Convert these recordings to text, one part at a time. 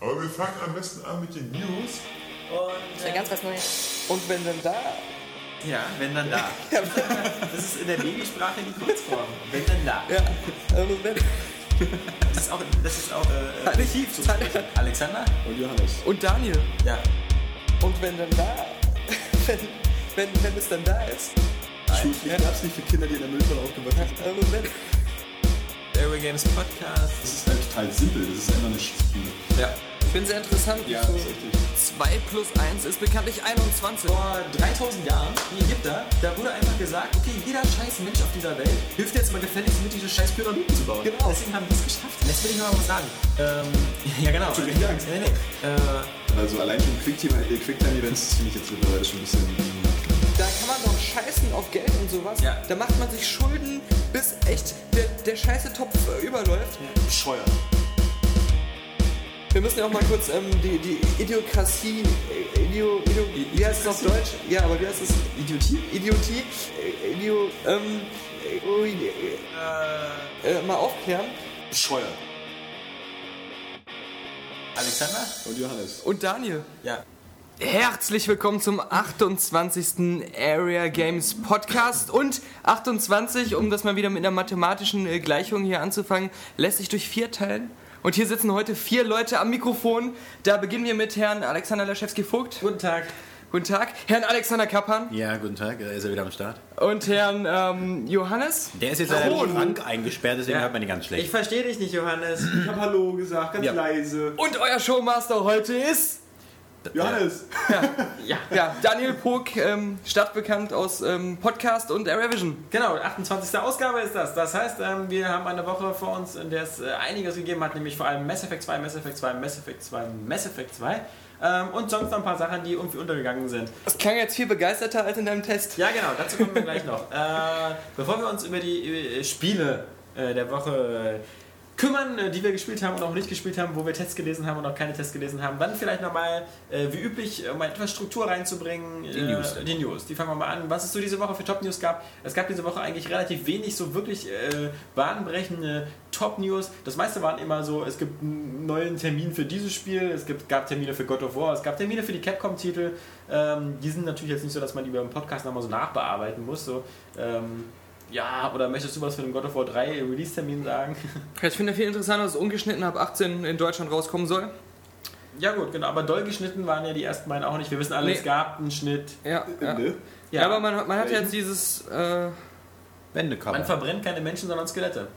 Aber wir fangen am besten an mit den News. Das ist ja ganz was Neues. Und wenn dann da. Ja, wenn dann da. Das ist in der Babysprache die Kurzform. Wenn dann da. Ja, also wenn. Das ist auch, das ist auch äh, Alex- effektiv zu sprechen. Alexander? Und Johannes. Und Daniel. Ja. Und wenn dann da. Wenn, wenn, wenn es dann da ist. Schulpflicht Absicht für Kinder, die in der Mülltonne aufgewachsen sind. Also wenn. Aerogames Podcast. Das ist halt total simpel. Das ist einfach eine Schießbude. Ja. Ich finde sehr interessant. Ja, so das ist richtig. 2 plus 1 ist bekanntlich 21. Vor 3000 Jahren in Ägypter, da wurde einfach gesagt, okay, jeder scheiß Mensch auf dieser Welt hilft jetzt mal gefälligst mit, diese scheiß Pyramiden zu bauen. Genau. Deswegen haben die es geschafft. Jetzt will ich noch mal was sagen. Ähm, ja, genau. Entschuldigung, die Angst. Nee, nee. Äh, Also allein schon Quicktime- äh, Quicktime-Events das finde ich jetzt mittlerweile schon ein bisschen... äh, Da kann man doch scheißen auf Geld und sowas. Ja. Da macht man sich Schulden, bis echt der, der scheiße Topf äh, überläuft. Scheuer. Wir müssen ja auch mal kurz ähm, die, die Idiokratie, äh, Idio, Idio, wie heißt es auf Deutsch? Ja, aber wie heißt es? Idiotie? Idiotie, äh, Idio, ähm, äh, ui, äh, äh, mal aufklären. Scheuer. Alexander? Und Johannes. Und Daniel. Ja. Herzlich willkommen zum 28. Area Games Podcast. Und 28, um das mal wieder mit einer mathematischen äh, Gleichung hier anzufangen, lässt sich durch vier teilen. Und hier sitzen heute vier Leute am Mikrofon. Da beginnen wir mit Herrn Alexander Laschewski-Vogt. Guten Tag. Guten Tag. Herrn Alexander Kappan. Ja, guten Tag, da ist er wieder am Start. Und Herrn ähm, Johannes. Der ist jetzt leider im Schrank eingesperrt, deswegen hört man ihn ganz Ich schlecht. verstehe dich nicht, Johannes. Ich hab Hallo gesagt, ganz Ja. leise. Und euer Showmaster heute ist. Johannes. Ja, Daniel Pog, ähm, stadtbekannt aus ähm, Podcast und Aerovision. Genau, 28. Ausgabe ist das. Das heißt, ähm, wir haben eine Woche vor uns, in der es äh, einiges gegeben hat, nämlich vor allem Mass Effect 2, Mass Effect 2, Mass Effect 2, Mass Effect 2 ähm, und sonst noch ein paar Sachen, die irgendwie untergegangen sind. Das klang jetzt viel begeisterter als in deinem Test. Ja, genau, dazu kommen wir gleich noch. Äh, bevor wir uns über die äh, Spiele äh, der Woche äh, kümmern, äh, die wir gespielt haben und auch nicht gespielt haben, wo wir Tests gelesen haben und auch keine Tests gelesen haben, dann vielleicht nochmal, äh, wie üblich, um etwas Struktur reinzubringen. Die News Äh, dann. die News. Die fangen wir mal an. Was es so diese Woche für Top-News gab. Es gab diese Woche eigentlich relativ wenig so wirklich äh, bahnbrechende Top-News. Das meiste waren immer so, es gibt einen neuen Termin für dieses Spiel, es gibt, gab Termine für God of War, es gab Termine für die Capcom-Titel. Ähm, die sind natürlich jetzt nicht so, dass man die beim Podcast nochmal so nachbearbeiten muss. So, ähm, ja, oder möchtest du was für den God of War 3 Release-Termin sagen? Ich finde viel interessanter, dass es ungeschnitten ab 18 in Deutschland rauskommen soll. ja gut, genau, aber doll geschnitten waren ja die ersten beiden auch nicht. Wir wissen alle, Nee. es gab einen Schnitt. Ja, ja. Ne? ja aber man, man hat ja jetzt dieses. Äh, man Wendekappe. verbrennt keine Menschen, sondern Skelette.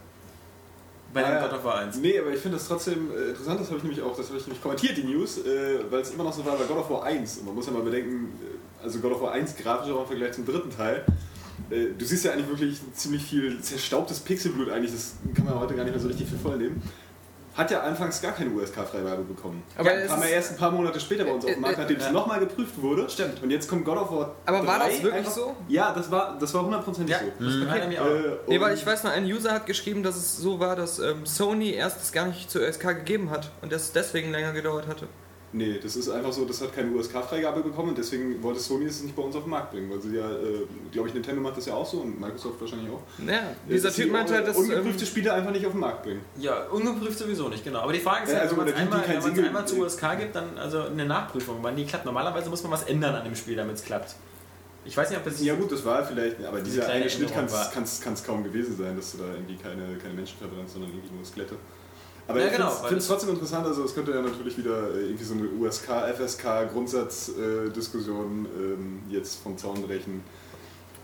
Bei Ah, dem ja. God of War 1. Nee, aber ich finde das trotzdem äh, interessant, das habe ich nämlich auch, das habe ich nämlich kommentiert, die News, äh, weil es immer noch so war bei God of War 1. Und man muss ja mal bedenken, äh, also God of War 1 grafisch auch im Vergleich zum dritten Teil. Äh, du siehst ja eigentlich wirklich ziemlich viel zerstaubtes Pixelblut eigentlich, das kann man heute gar nicht mehr so richtig für voll nehmen. Hat ja anfangs gar keine USK-Freigabe bekommen. Aber Aber es kam ja ist- erst ein paar Monate später bei uns auf den Markt, nachdem es nochmal geprüft wurde. Stimmt. Und jetzt kommt God of War Aber war 3 das wirklich einfach- so? Mhm. Ja, das war, das war hundertprozentig Ja, so. das okay. nämlich auch. Äh, nee, und- weil ich weiß noch, ein User hat geschrieben, dass es so war, dass ähm, Sony erst das gar nicht zur USK gegeben hat und das deswegen länger gedauert hatte. Nee, das ist einfach so, das hat keine USK-Freigabe bekommen und deswegen wollte Sony es nicht bei uns auf den Markt bringen, weil sie ja, äh, glaube ich, Nintendo macht das ja auch so und Microsoft wahrscheinlich auch. Äh, Ja, dieser Dass sie Typ meinte halt, dass. Ungeprüfte Ähm, Spiele einfach nicht auf den Markt bringen. Ja, ungeprüft sowieso nicht, genau. Aber die Frage ist Ja, halt, also, wenn man es oder die, die einmal, kein wenn man's Single- einmal zu USK gibt, dann also eine Nachprüfung, wann die klappt. Normalerweise muss man was ändern an dem Spiel, damit es klappt. Ich weiß nicht, ob das. Ja gut, das war vielleicht, aber Diese dieser kleine eine Schnitt Änderung war- kann es kaum gewesen sein, dass du da irgendwie keine, keine Menschen verbrennst, sondern irgendwie nur Skelette. Aber Ja, ich genau, weil finde das- es trotzdem interessant, also es könnte ja natürlich wieder äh, irgendwie so eine USK-FSK-Grundsatzdiskussion äh, ähm, jetzt vom Zaun brechen,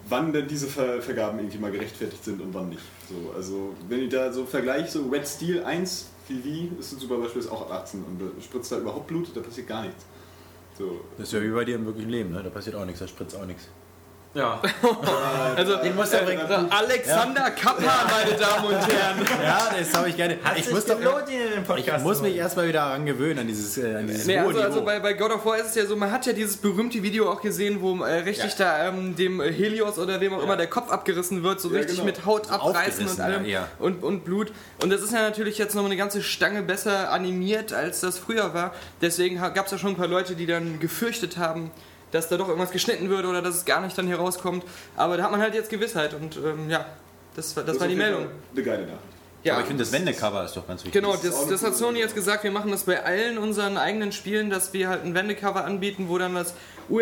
wann denn diese Ver Vergaben irgendwie mal gerechtfertigt sind und wann nicht. So, also wenn ich da so vergleiche, so Red Steel 1 VV ist ein super Beispiel, ist auch ab 18 und äh, spritzt da überhaupt Blut, da passiert gar nichts. So, Das ist ja wie bei dir im wirklichen Leben, ne? da passiert auch nichts, da spritzt auch nichts. Ja. also, Den muss er bringen. Alexander Kappa, meine Damen und Herren. Ja, das habe ich gerne. Ich muss, doch, in den ich muss mich erstmal wieder daran gewöhnen, an dieses, äh, an dieses Nee, hohe also, also Niveau. bei, bei God of War ist es ja so, man hat ja dieses berühmte Video auch gesehen, wo äh, richtig da ähm, dem äh, Helios oder wem auch immer der Kopf abgerissen wird, so Ja, richtig genau. mit Haut abreißen und aufgerissen, halt, allem ja, ja. Und, und Blut. Und das ist ja natürlich jetzt noch eine ganze Stange besser animiert, als das früher war. Deswegen gab es ja schon ein paar Leute, die dann gefürchtet haben, dass da doch irgendwas geschnitten würde oder dass es gar nicht dann hier rauskommt. Aber da hat man halt jetzt Gewissheit und ähm, ja, das, war- das war ist die auf jeden Meldung. Fall Eine geile Nachricht. Ja. Aber ich finde, das Wendecover ist doch ganz wichtig. Genau, Das ist auch das, eine das hat coole Sony Idee. jetzt gesagt, wir machen das bei allen unseren eigenen Spielen, dass wir halt ein Wendecover anbieten, wo dann das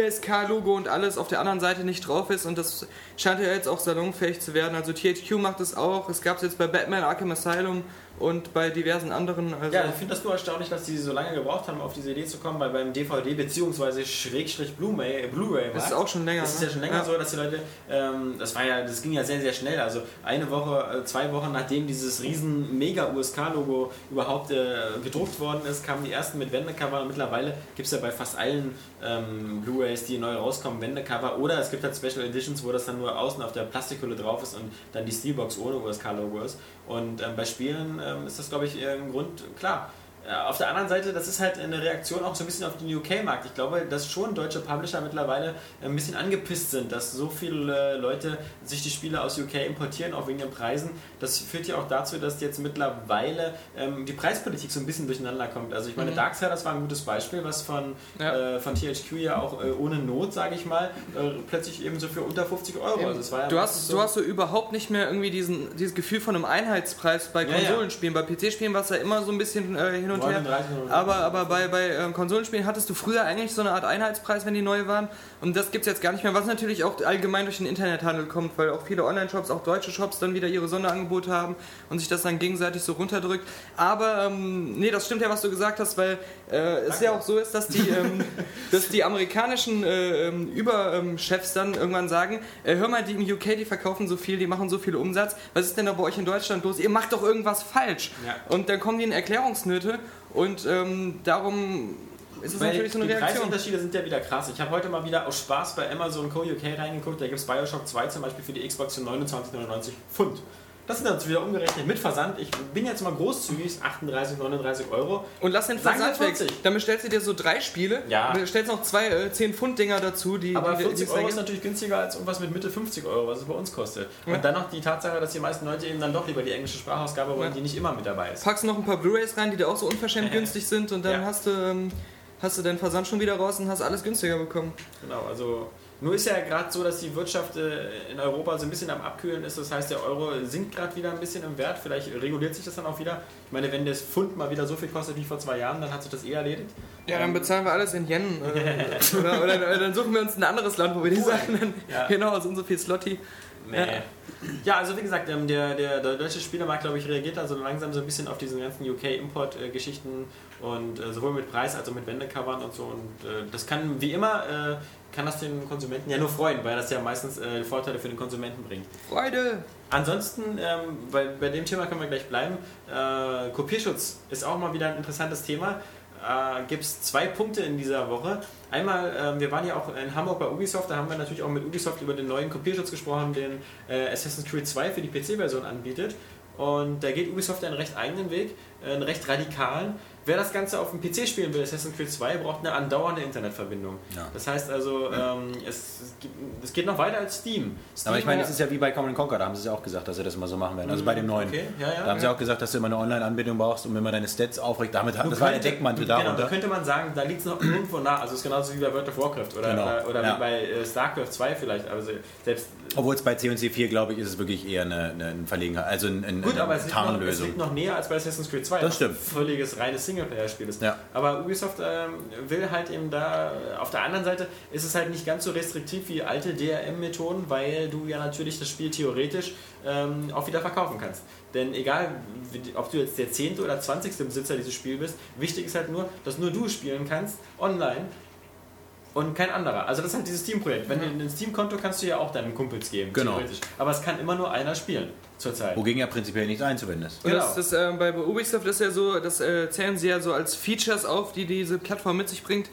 USK-Logo und alles auf der anderen Seite nicht drauf ist und das scheint ja jetzt auch salonfähig zu werden. Also THQ macht es auch, es gab es jetzt bei Batman Arkham Asylum und bei diversen anderen. Also Ja, ich finde das nur erstaunlich, dass die so lange gebraucht haben, um auf diese Idee zu kommen, weil beim DVD bzw. Schrägstrich Blu-ray äh, Blu-ray das ist auch schon länger. Das ist ja ne? schon länger so, dass die Leute, ähm, das war ja, das ging ja sehr, sehr schnell. Also eine Woche, äh, zwei Wochen nachdem dieses riesen mega USK-Logo überhaupt äh, gedruckt worden ist, kamen die ersten mit Wendecover. Mittlerweile gibt es ja bei fast allen ähm, Blu-Rays, die neu rauskommen, Wendecover. Oder es gibt halt Special Editions, wo das dann nur außen auf der Plastikhülle drauf ist und dann die Steelbox ohne USK-Logo ist. Und ähm, bei Spielen ähm, ist das, glaube ich, äh, im Grund klar. Ja, auf der anderen Seite, das ist halt eine Reaktion auch so ein bisschen auf den UK-Markt. Ich glaube, dass schon deutsche Publisher mittlerweile ein bisschen angepisst sind, dass so viele Leute sich die Spiele aus UK importieren, auch wegen den Preisen. Das führt ja auch dazu, dass jetzt mittlerweile ähm, die Preispolitik so ein bisschen durcheinander kommt. Also ich meine, Darksiders war ein gutes Beispiel, was von, Mhm. Ja. äh, von THQ ja auch äh, ohne Not, sage ich mal, äh, plötzlich eben so für unter 50 Euro. Also es war ja Du meistens hast, so, du hast so überhaupt nicht mehr irgendwie diesen, dieses Gefühl von einem Einheitspreis bei Ja, ja. Konsolenspielen. Bei PC-Spielen war es ja immer so ein bisschen äh, hin und her. 39 Euro. Aber, aber bei, bei ähm, Konsolenspielen hattest du früher eigentlich so eine Art Einheitspreis, wenn die neu waren. Und das gibt es jetzt gar nicht mehr, was natürlich auch allgemein durch den Internethandel kommt, weil auch viele Online-Shops, auch deutsche Shops dann wieder ihre Sonderangebote haben und sich das dann gegenseitig so runterdrückt. Aber ähm, nee, das stimmt ja, was du gesagt hast, weil äh, es ja auch so ist, dass die, ähm, dass die amerikanischen äh, ähm, Überchefs dann irgendwann sagen, äh, hör mal, die im UK, die verkaufen so viel, die machen so viel Umsatz, was ist denn da bei euch in Deutschland los? Ihr macht doch irgendwas falsch. Ja. Und dann kommen die in Erklärungsnöte und ähm, darum ist es Weil natürlich so eine die Reaktion. Preisunterschiede sind ja wieder krass. Ich habe heute mal wieder aus Spaß bei Amazon Co. UK reingeguckt. Da gibt es Bioshock 2 zum Beispiel für die Xbox für 29,99 Pfund. Das sind dann wieder umgerechnet mit Versand. Ich bin jetzt mal großzügig, ist 38, 39 Euro. Und lass den Sagen wir Versand weg. 40. Dann bestellst du dir so drei Spiele, Ja. dann bestellst noch zwei äh, 10-Pfund-Dinger dazu, die Aber die, 40 die- Euro ist natürlich günstiger als irgendwas mit Mitte 50 Euro, was es bei uns kostet. Ja. Und dann noch die Tatsache, dass die meisten Leute eben dann doch lieber die englische Sprachausgabe wollen, Ja. die nicht immer mit dabei ist. Packst noch ein paar Blu-Rays rein, die da auch so unverschämt günstig sind und dann Ja. hast du. Ähm, Hast du deinen Versand schon wieder raus und hast alles günstiger bekommen? Genau, also nur ist ja gerade so, dass die Wirtschaft äh, in Europa so ein bisschen am Abkühlen ist. Das heißt, der Euro sinkt gerade wieder ein bisschen im Wert. Vielleicht reguliert sich das dann auch wieder. Ich meine, wenn das Pfund mal wieder so viel kostet wie vor zwei Jahren, dann hat sich das eh erledigt. Ja, dann bezahlen wir alles in Yen. Äh, oder, oder, oder dann suchen wir uns ein anderes Land, wo wir die Sachen dann. Ja. Genau, aus unser viel Slotty. Nee. Ja, also wie gesagt, ähm, der, der, der deutsche Spielermarkt, glaube ich, reagiert da so langsam so ein bisschen auf diesen ganzen UK-Import-Geschichten und äh, sowohl mit Preis als auch mit Wendecovern und so. Und äh, das kann, wie immer, äh, kann das den Konsumenten ja nur freuen, weil das ja meistens äh, Vorteile für den Konsumenten bringt. Freude! Ansonsten, ähm, bei, bei dem Thema können wir gleich bleiben. Äh, Kopierschutz ist auch mal wieder ein interessantes Thema. Äh, Gibt es zwei Punkte in dieser Woche. Einmal, ähm, wir waren ja auch in Hamburg bei Ubisoft, da haben wir natürlich auch mit Ubisoft über den neuen Kopierschutz gesprochen, den äh, Assassin's Creed 2 für die PC-Version anbietet. Und da geht Ubisoft einen recht eigenen Weg, äh, einen recht radikalen. Wer das Ganze auf dem PC spielen will, Assassin's Creed 2, braucht eine andauernde Internetverbindung. Ja. Das heißt also, ähm, es, es gibt- es geht noch weiter als Steam. Steam Aber ich meine, ja- das ist ja wie bei Common Conquer, da haben sie es ja auch gesagt, dass sie das mal so machen werden. Also bei dem neuen. Mhm. Okay, ja, ja. Da haben sie auch gesagt, dass du immer eine Online-Anbindung brauchst, um immer deine Stats aufrecht. Damit hat, das war der Deckmantel genau, da darunter. könnte man sagen, da liegt es noch irgendwo nah. Also es ist genauso wie bei World of Warcraft oder, Genau, oder, oder ja. wie bei äh, StarCraft 2 vielleicht. Also selbst Obwohl es bei C&C 4, glaube ich, ist es wirklich eher eine, eine, eine Verlegenheit, also ein- ein- gut, aber eine es liegt, noch, es Tarnlösung. liegt noch näher als bei Assassin's Creed 2. Das was stimmt. ein Völliges reines Singleplayer-Spiel ist. Ja. Aber Ubisoft ähm, will halt eben da, auf der anderen Seite ist es halt nicht ganz so restriktiv wie alte DRM-Methoden, weil du ja natürlich das Spiel theoretisch ähm, auch wieder verkaufen kannst. Denn egal, wie- ob du jetzt der 10. oder 20. Besitzer dieses Spiels bist, wichtig ist halt nur, dass nur du spielen kannst online und kein anderer. Also das ist halt dieses Steam-Projekt. Wenn du ein Steam-Konto kannst du ja auch deinen Kumpels geben, Genau. theoretisch. Aber es kann immer nur einer spielen, zurzeit. Wogegen ja prinzipiell nichts einzuwenden ist. Und Genau. das, das, äh, bei Ubisoft ist ja so, das äh, zählen sie ja so als Features auf, die diese Plattform mit sich bringt.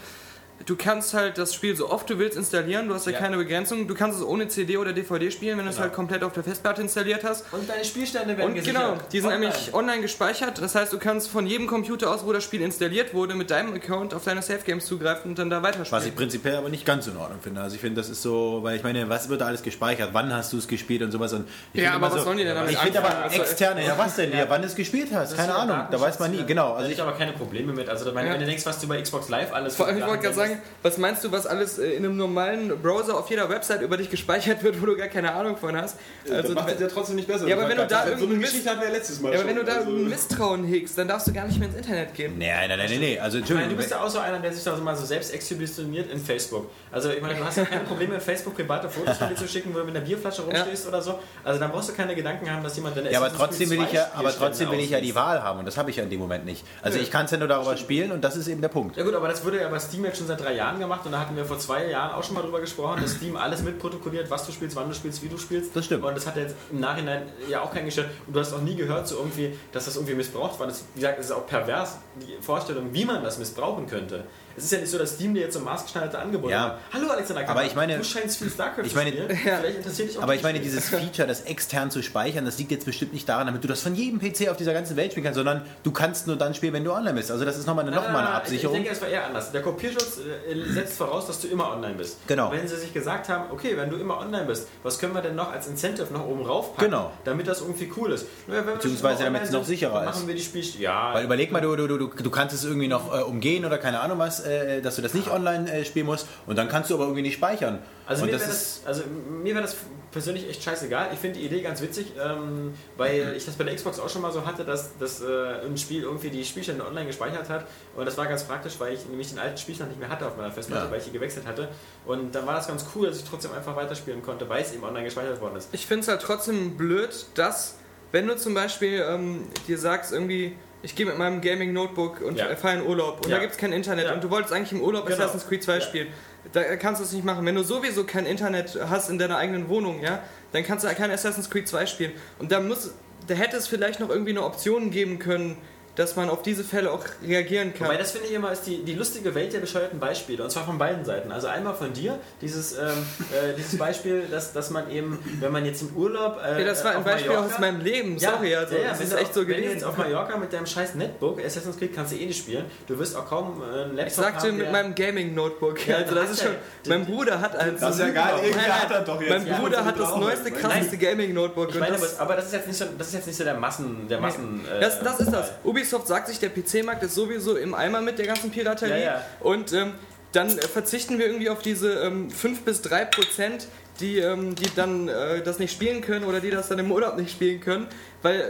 Du kannst halt das Spiel so oft du willst installieren, du hast ja, Ja. keine Begrenzung. Du kannst es ohne CD oder DVD spielen, wenn du es Genau. halt komplett auf der Festplatte installiert hast. Und deine Spielstände werden Und gesichert. genau, die sind Online. nämlich online gespeichert. Das heißt, du kannst von jedem Computer aus, wo das Spiel installiert wurde, mit deinem Account auf deine Safe Games zugreifen und dann da Was ich weiterspielen. prinzipiell aber nicht ganz in Ordnung finde. Also ich finde, das ist so, weil ich meine, was wird da alles gespeichert? Wann hast du es gespielt und sowas? Und ich Ja, finde aber immer was sollen die denn damit Ich finde anfangen? aber Also, externe, ja was denn? Ja, wann du es gespielt hast? Keine Ahnung, da weiß man nie. Genau, Also also ich ich, habe aber keine Probleme mit. Also, ich meine, Ja. wenn du denkst, was du bei Xbox Live alles Vor allem, ich hochgeladen wollte gerade hast, sagen, was meinst du, was alles äh, in einem normalen Browser auf jeder Website über dich gespeichert wird, wo du gar keine Ahnung von hast? das Also, Äh, macht es ja trotzdem nicht besser. Ja, aber wenn du da so eine irgendeinen Geschichte hatten wir ja letztes Mal ja, aber wenn schon. du da also, ein Misstrauen hegst, dann darfst du gar nicht mehr ins Internet gehen. Nein, nein, nein, nein, nein. Also, Ich meine, du Entschuldigung. bist ja auch so einer, der sich da so mal so selbst exhibitioniert in Facebook. Also, ich meine, du hast ja keine Probleme, in Facebook private Fotos von dir zu schicken, wo du mit einer Bierflasche rumstehst oder so. Also, da brauchst du keine Gedanken haben, dass jemand deine Ja, aber Assassin's trotzdem Creed will ich ja, 2 aber trotzdem will ich ja die Spielstände Wahl haben und das habe ich ja in dem Moment nicht. Also ich kann es ja nur darüber spielen und das ist eben der Punkt. Ja gut, aber das wurde ja bei Steam jetzt schon seit drei Jahren gemacht und da hatten wir vor zwei Jahren auch schon mal drüber gesprochen, dass Steam alles mitprotokolliert, was du spielst, wann du spielst, wie du spielst. Das stimmt. Und das hat jetzt im Nachhinein äh, ja auch keinen gestört. Und du hast auch nie gehört, so irgendwie, dass das irgendwie missbraucht war. Das, wie gesagt, es ist auch pervers, die Vorstellung, wie man das missbrauchen könnte. Es ist ja nicht so, dass Steam dir jetzt so maßgeschneiderte Angebote Ja. hat. Hallo Alexander, Aber ich meine- du scheinst viel StarCraft ich meine- zu spielen. Vielleicht interessiert dich auch Aber das ich meine, Spiel. dieses Feature, das extern zu speichern, das liegt jetzt bestimmt nicht daran, damit du das von jedem PC auf dieser ganzen Welt spielen kannst, sondern du kannst nur dann spielen, wenn du online bist. Also das ist nochmal eine, noch mal eine Nein, Ah, Ich, Absicherung. ich denke, es war eher anders. Der Kopierschutz äh, setzt voraus, dass du immer online bist. Genau. Wenn sie sich gesagt haben, okay, wenn du immer online bist, was können wir denn noch als Incentive noch oben raufpacken, Genau. damit das irgendwie cool ist? Naja, wenn wir Beziehungsweise, schon mal damit es noch online sind, sicherer dann ist. Machen wir die Spiel... Ja, Weil überleg mal, du, du, du, du kannst es irgendwie noch äh, umgehen oder keine Ahnung was, äh, dass du das nicht online äh, spielen musst und dann kannst du aber irgendwie nicht speichern. Also und mir, das wäre ist das, also mir wäre das persönlich echt scheißegal. Ich finde die Idee ganz witzig, ähm, weil Mhm. ich das bei der Xbox auch schon mal so hatte, dass, dass äh, ein Spiel irgendwie die Spielstände online gespeichert hat. Und das war ganz praktisch, weil ich nämlich den alten Spielstand nicht mehr hatte auf meiner Festplatte, Ja. weil ich die gewechselt hatte. Und dann war das ganz cool, dass ich trotzdem einfach weiterspielen konnte, weil es eben online gespeichert worden ist. Ich finde es halt trotzdem blöd, dass, wenn du zum Beispiel ähm, dir sagst, irgendwie, ich gehe mit meinem Gaming-Notebook und Ja. äh, fahre in Urlaub und Ja. da gibt es kein Internet Ja. und du wolltest eigentlich im Urlaub Genau. Assassin's Creed 2 Ja. spielen, da kannst du es nicht machen. Wenn du sowieso kein Internet hast in deiner eigenen Wohnung, ja, dann kannst du ja kein Assassin's Creed 2 spielen. Und da muss, da hätte es vielleicht noch irgendwie eine Option geben können, dass man auf diese Fälle auch reagieren kann. Wobei das finde ich immer ist die, die lustige Welt der bescheuerten Beispiele. Und zwar von beiden Seiten. Also einmal von dir, dieses, ähm, äh, dieses Beispiel, dass, dass man eben, wenn man jetzt im Urlaub. Äh, ja, das war auf ein Beispiel Mallorca, aus meinem Leben, sorry, also das wenn ist du echt auf- so genau. Wenn du gewesen. jetzt auf Mallorca mit deinem scheiß Netbook Assassin's Creed kannst du eh nicht spielen. Du wirst auch kaum äh, einen Laptop Ich sagte haben, mit der- meinem Gaming-Notebook. Ja, der also das hat ist ja- schon. Mein Bruder hat eins. das ist ja geil, irgendwer hat er doch jetzt. Mein Ja, Bruder hat das brauchen wir. neueste, krasseste Gaming-Notebook. Ich meine, und aber, aber das ist jetzt nicht so, das ist jetzt nicht so der Massen, der Massen. äh, Das, das ist das. Ubisoft sagt sich, der PC-Markt ist sowieso im Eimer mit der ganzen Piraterie. Ja, ja. Und ähm, dann äh, verzichten wir irgendwie auf diese ähm, 5 bis 3 Prozent, die, ähm, die dann äh, das nicht spielen können oder die das dann im Urlaub nicht spielen können, weil äh,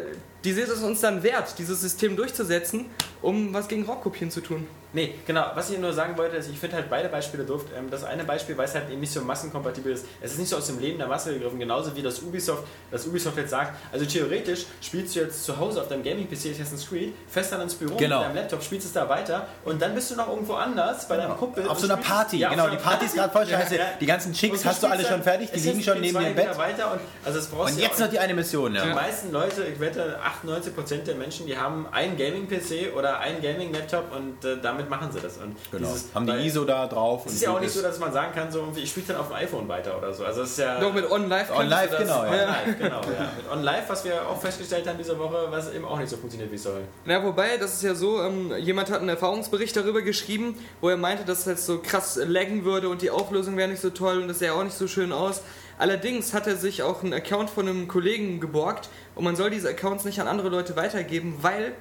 die sehen es uns dann wert, dieses System durchzusetzen, um was gegen Raubkopien zu tun. Nee, genau. Was ich nur sagen wollte, ist, ich finde halt beide Beispiele doof. Ähm, Das eine Beispiel, weil es halt eben nicht so massenkompatibel ist. Es ist nicht so aus dem Leben der Masse gegriffen, genauso wie das Ubisoft, das Ubisoft jetzt sagt. Also theoretisch spielst du jetzt zu Hause auf deinem Gaming-PC Assassin's Creed, fährst dann ins Büro Genau. mit deinem Laptop, spielst es da weiter und dann bist du noch irgendwo anders Genau. bei deinem Kumpel. auf und so einer äh, spielst- Party, Ja, auf genau. so Die einer Party ist gerade voll scheiße. Ja. Die ganzen Chicks hast du alle schon fertig, die liegen schon neben dir ihrem Bett. Weiter und, also das brauchst Und du ja jetzt auch noch die eine Mission, ja. die meisten Leute, ich wette, 98% der Menschen, die haben einen Gaming-PC oder einen Gaming-Laptop und äh, damit machen sie das. Und Genau. dieses- Haben weil die ISO da drauf. und Es ist ja auch gut nicht so, dass man sagen kann, so irgendwie, ich spiele dann auf dem iPhone weiter oder so. Also es ist ja. Doch mit OnLive On Live, genau. Ja. OnLive, genau, ja. Mit OnLive, was wir auch festgestellt haben diese Woche, was eben auch nicht so funktioniert, wie es soll. Na, wobei, das ist ja so, ähm, jemand hat einen Erfahrungsbericht darüber geschrieben, wo er meinte, dass es jetzt so krass laggen würde und die Auflösung wäre nicht so toll und das sähe auch nicht so schön aus. Allerdings hat er sich auch einen Account von einem Kollegen geborgt und man soll diese Accounts nicht an andere Leute weitergeben, weil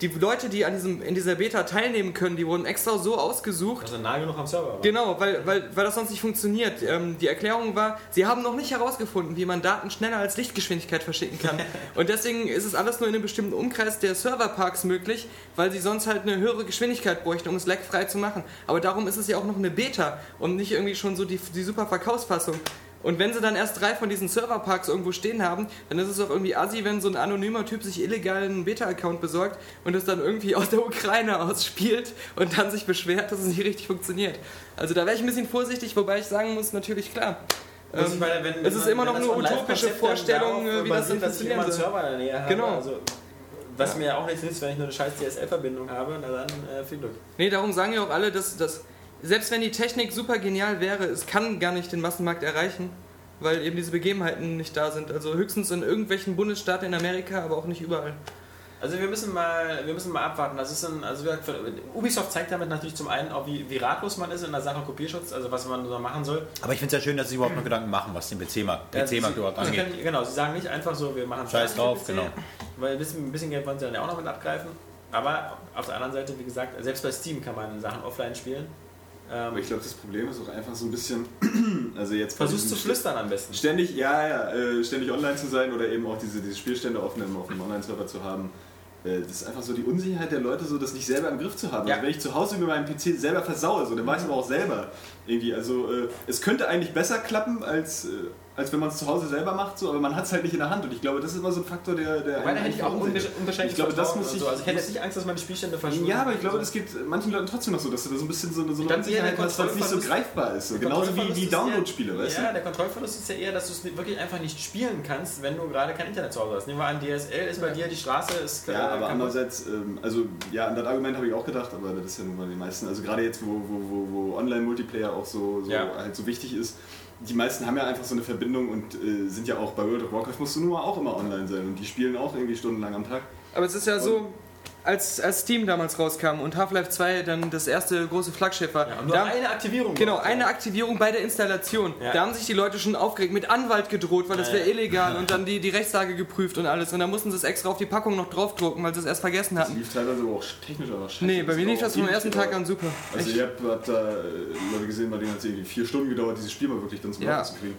die Leute, die an diesem, in dieser Beta teilnehmen können, die wurden extra so ausgesucht, Also nah genug am Server. war. Genau, weil, weil, weil das sonst nicht funktioniert. Ähm, die Erklärung war, sie haben noch nicht herausgefunden, wie man Daten schneller als Lichtgeschwindigkeit verschicken kann. Und deswegen ist es alles nur in einem bestimmten Umkreis der Serverparks möglich, weil sie sonst halt eine höhere Geschwindigkeit bräuchten, um es lagfrei zu machen. Aber darum ist es ja auch noch eine Beta und nicht irgendwie schon so die, die super Verkaufsfassung. Und wenn sie dann erst drei von diesen Serverparks irgendwo stehen haben, dann ist es auch irgendwie assi, wenn so ein anonymer Typ sich illegal einen Beta-Account besorgt und es dann irgendwie aus der Ukraine ausspielt und dann sich beschwert, dass es nicht richtig funktioniert. Also da wäre ich ein bisschen vorsichtig, wobei ich sagen muss, natürlich klar. Muss ich Ähm, mal- wenn- es wenn ist man- immer noch wenn das eine Online-Konzept utopische dann Vorstellung, darauf äh, wie das basiert, dass ich funktionieren immer einen soll. Server in der Nähe habe. Genau. Also, was mir ja auch nichts nützt, wenn ich nur eine scheiß DSL-Verbindung habe, na dann äh, viel Glück. Nee, darum sagen ja auch alle, dass, dass selbst wenn die Technik super genial wäre, es kann gar nicht den Massenmarkt erreichen, weil eben diese Begebenheiten nicht da sind. Also höchstens in irgendwelchen Bundesstaaten in Amerika, aber auch nicht überall. Also wir müssen mal, wir müssen mal abwarten. Das ist ein, also wie gesagt, Ubisoft zeigt damit natürlich zum einen auch, wie, wie ratlos man ist in der Sache Kopierschutz, also was man da machen soll. Aber ich finde es ja schön, dass sie überhaupt noch Gedanken machen, was den PC-Markt Ja, PC sie- markt überhaupt sie angeht. können- Genau, sie sagen nicht einfach so, wir machen Scheiß drauf, PC, genau. Weil ein bisschen, ein bisschen Geld wollen sie dann ja auch noch mit abgreifen. Aber auf der anderen Seite, wie gesagt, selbst bei Steam kann man Sachen offline spielen. Ähm, Aber ich glaube, das Problem ist auch einfach so ein bisschen, also jetzt bei versuch's zu diesem flüstern am besten. Ständig, ja, ja, äh, ständig online zu sein oder eben auch diese, diese Spielstände offen im- auf dem Online-Server zu haben. äh, Das ist einfach so die Unsicherheit der Leute, so das nicht selber im Griff zu haben. Ja. Also wenn ich zu Hause mit meinem PC selber versaue, so, dann weiß ich Mhm. aber auch selber irgendwie. Also äh, es könnte eigentlich besser klappen, als, äh, als wenn man es zu Hause selber macht, so, aber man hat es halt nicht in der Hand. Und ich glaube, das ist immer so ein Faktor, der. der Wobei, da hätte ich auch unbesch verunsichert. unbeschränktes Ich glaube, das Vertrauen muss oder ich- so. Also ich hätte jetzt nicht Angst, dass meine Spielstände verschwinden. Ja, aber ich glaube, Also- das geht manchen Leuten trotzdem noch so, dass du da so ein bisschen so eine, so eine Ich glaube, eher der Unsicherheit hast, weil es nicht so Kontrollverlust- greifbar ist. So. Der Genauso wie, Kontrollverlust wie ist ja- Download-Spiele, weißt Ja, du? der Kontrollverlust ist ja eher, dass du es wirklich einfach nicht spielen kannst, wenn du gerade kein Internet zu Hause hast. Nehmen wir an, DSL ist bei dir, die Straße ist äh, Ja, genau. aber kaputt. andererseits, ähm, also ja, an das Argument habe ich auch gedacht, aber das ist ja nun mal die meisten. Also gerade jetzt, wo, wo, wo, wo Online-Multiplayer auch so, so Ja. halt so wichtig ist, die meisten haben ja einfach so eine Verbindung und äh, sind ja auch bei World of Warcraft musst du nun mal auch immer online sein und die spielen auch irgendwie stundenlang am Tag. Aber es ist ja so, als, als Steam damals rauskam und Half-Life 2 dann das erste große Flaggschiff war, Ja, und nur da, eine Aktivierung. Genau, eine Aktivierung bei der Installation. Ja. Da haben sich die Leute schon aufgeregt, mit Anwalt gedroht, weil das Ja, wäre illegal und dann die, die Rechtslage geprüft und alles. Und dann mussten sie es extra auf die Packung noch draufdrucken, weil sie es erst vergessen Das hatten. lief teilweise aber auch sch- technisch aber scheiße. Nee, bei mir lief das vom war auch ersten ewig Tag an gedauert. super. Also Echt. ich habe hab da äh, Leute gesehen, bei denen hat es irgendwie vier Stunden gedauert, dieses Spiel mal wirklich dann zum Ja. Laufen zu kriegen.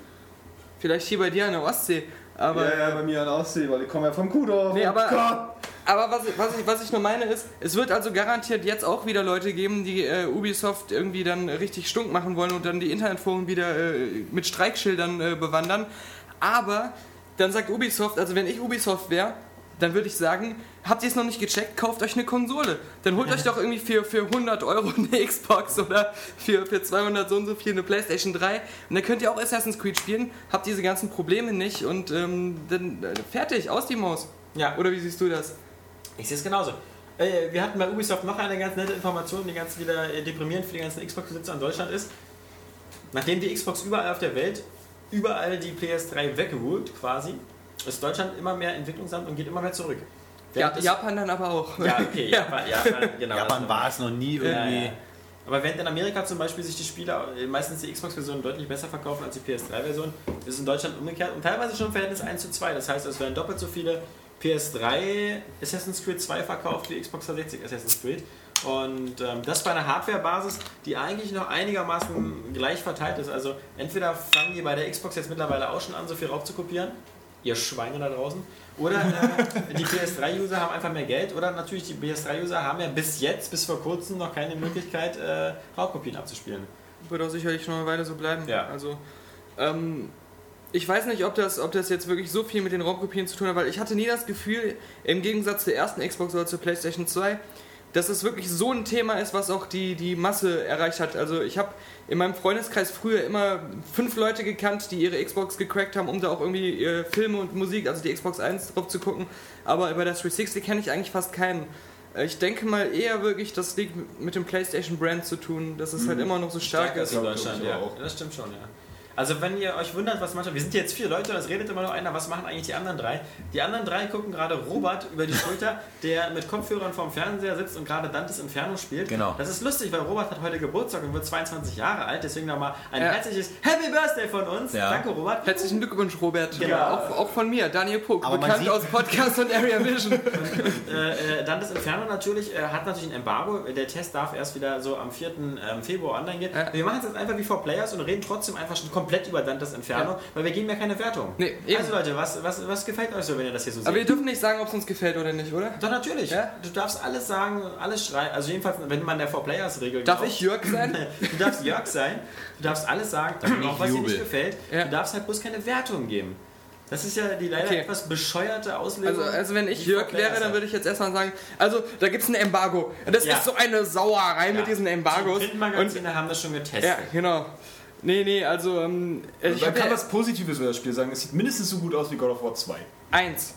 Vielleicht hier bei dir an der Ostsee. Aber, ja, ja, bei mir an der Ostsee, weil ich komme ja vom Kuhdorf. Nee, Oh aber- Gott! aber was, ich- was, ich, was ich nur meine ist, es wird also garantiert jetzt auch wieder Leute geben, die äh, Ubisoft irgendwie dann richtig stunk machen wollen und dann die Internetforen wieder äh, mit Streikschildern äh, bewandern. Aber dann sagt Ubisoft, also wenn ich Ubisoft wäre, dann würde ich sagen, habt ihr es noch nicht gecheckt, kauft euch eine Konsole. Dann holt euch doch irgendwie für, für 100 Euro eine Xbox oder für, für 200 so und so viel eine Playstation 3. Und dann könnt ihr auch Assassin's Creed spielen, habt diese ganzen Probleme nicht und ähm, dann äh, fertig, aus die Maus. Ja, Oder wie siehst du das? Ich sehe es genauso. Äh, wir hatten bei Ubisoft noch eine ganz nette Information, die ganz wieder äh, deprimierend für die ganzen Xbox-Besitzer in Deutschland ist. Nachdem die Xbox überall auf der Welt überall die PS3 weggeholt quasi, ist Deutschland immer mehr Entwicklungsland und geht immer mehr zurück. Ja, Während es- Japan dann aber auch. ja, okay, Ja. Japan, Japan, genau. Japan das- war es noch nie ja, irgendwie. ja. Aber während in Amerika zum Beispiel sich die Spiele, äh, meistens die Xbox-Version deutlich besser verkaufen als die PS3-Version, ist in Deutschland umgekehrt und teilweise schon im Verhältnis 1 zu 2. Das heißt, es werden doppelt so viele PS3 Assassin's Creed 2 verkauft wie Xbox 360 Assassin's Creed. Und ähm, das bei einer Hardware-Basis, die eigentlich noch einigermaßen gleich verteilt ist. Also entweder fangen die bei der Xbox jetzt mittlerweile auch schon an, so viel raufzukopieren, ihr Schweine da draußen, oder äh, die PS3-User haben einfach mehr Geld, oder natürlich die PS3-User haben ja bis jetzt, bis vor kurzem, noch keine Möglichkeit, äh, Raubkopien abzuspielen. Wird auch sicherlich noch eine Weile so bleiben. Ja. Also, ähm, ich weiß nicht, ob das, ob das jetzt wirklich so viel mit den Raubkopien zu tun hat, weil ich hatte nie das Gefühl, im Gegensatz zur ersten Xbox oder zur PlayStation 2, dass es wirklich so ein Thema ist, was auch die, die Masse erreicht hat. Also ich habe in meinem Freundeskreis früher immer fünf Leute gekannt, die ihre Xbox gecrackt haben, um da auch irgendwie äh, Filme und Musik, also die Xbox 1 drauf zu gucken. Aber über das 360 kenne ich eigentlich fast keinen. Äh, Ich denke mal eher wirklich, das liegt mit dem PlayStation-Brand zu tun, dass es halt Mhm. immer noch so stark Stärker ist. als in glaube ich Deutschland, aber ja. auch. Das stimmt schon, ja. Also wenn ihr euch wundert, was manchmal... Wir sind jetzt vier Leute und es redet immer nur einer. Was machen eigentlich die anderen drei? Die anderen drei gucken gerade Robert über die Schulter, der mit Kopfhörern vorm Fernseher sitzt und gerade Dantes Inferno spielt. Genau. Das ist lustig, weil Robert hat heute Geburtstag und wird 22 Jahre alt. Deswegen nochmal ein Ja. herzliches Happy Birthday von uns. Ja. Danke, Robert. Herzlichen Glückwunsch, Robert. Ja. Auch, auch von mir, Daniel Puck, Aber man bekannt sieht- aus Podcast und Area Vision. äh, äh, Dantes Inferno natürlich äh, hat natürlich ein Embargo. Der Test darf erst wieder so am 4. ähm, Februar online gehen. Ja. Wir machen es jetzt einfach wie vor Players und reden trotzdem einfach schon komplett über Dantes Inferno, Ja. weil wir geben ja keine Wertung. Nee, eben. also Leute, was, was, was gefällt euch so, wenn ihr das hier so Aber wir seht? dürfen nicht sagen, ob es uns gefällt oder nicht, oder? Doch natürlich. Ja? Du darfst alles sagen, alles schreiben. Also jedenfalls, wenn man der vor Players Regel Darf glaubt. ich Jörg sein? Du darfst Jörg sein, du darfst alles sagen, auch was dir jubel. nicht gefällt. Ja. Du darfst halt bloß keine Wertung geben. Das ist ja die leider Okay. etwas bescheuerte Auslegung. Also, also wenn ich die vor Jörg wäre, Players dann hat. würde ich jetzt erstmal sagen, also da gibt es ein Embargo. Das Ja. ist so eine Sauerei mit Ja. diesen Embargos. Die Und, Printmagazine haben das schon getestet. ja, genau. Nee, nee, also ähm, ich Man habe kann ja was Positives über das Spiel sagen. Es sieht mindestens so gut aus wie God of War 2. eins.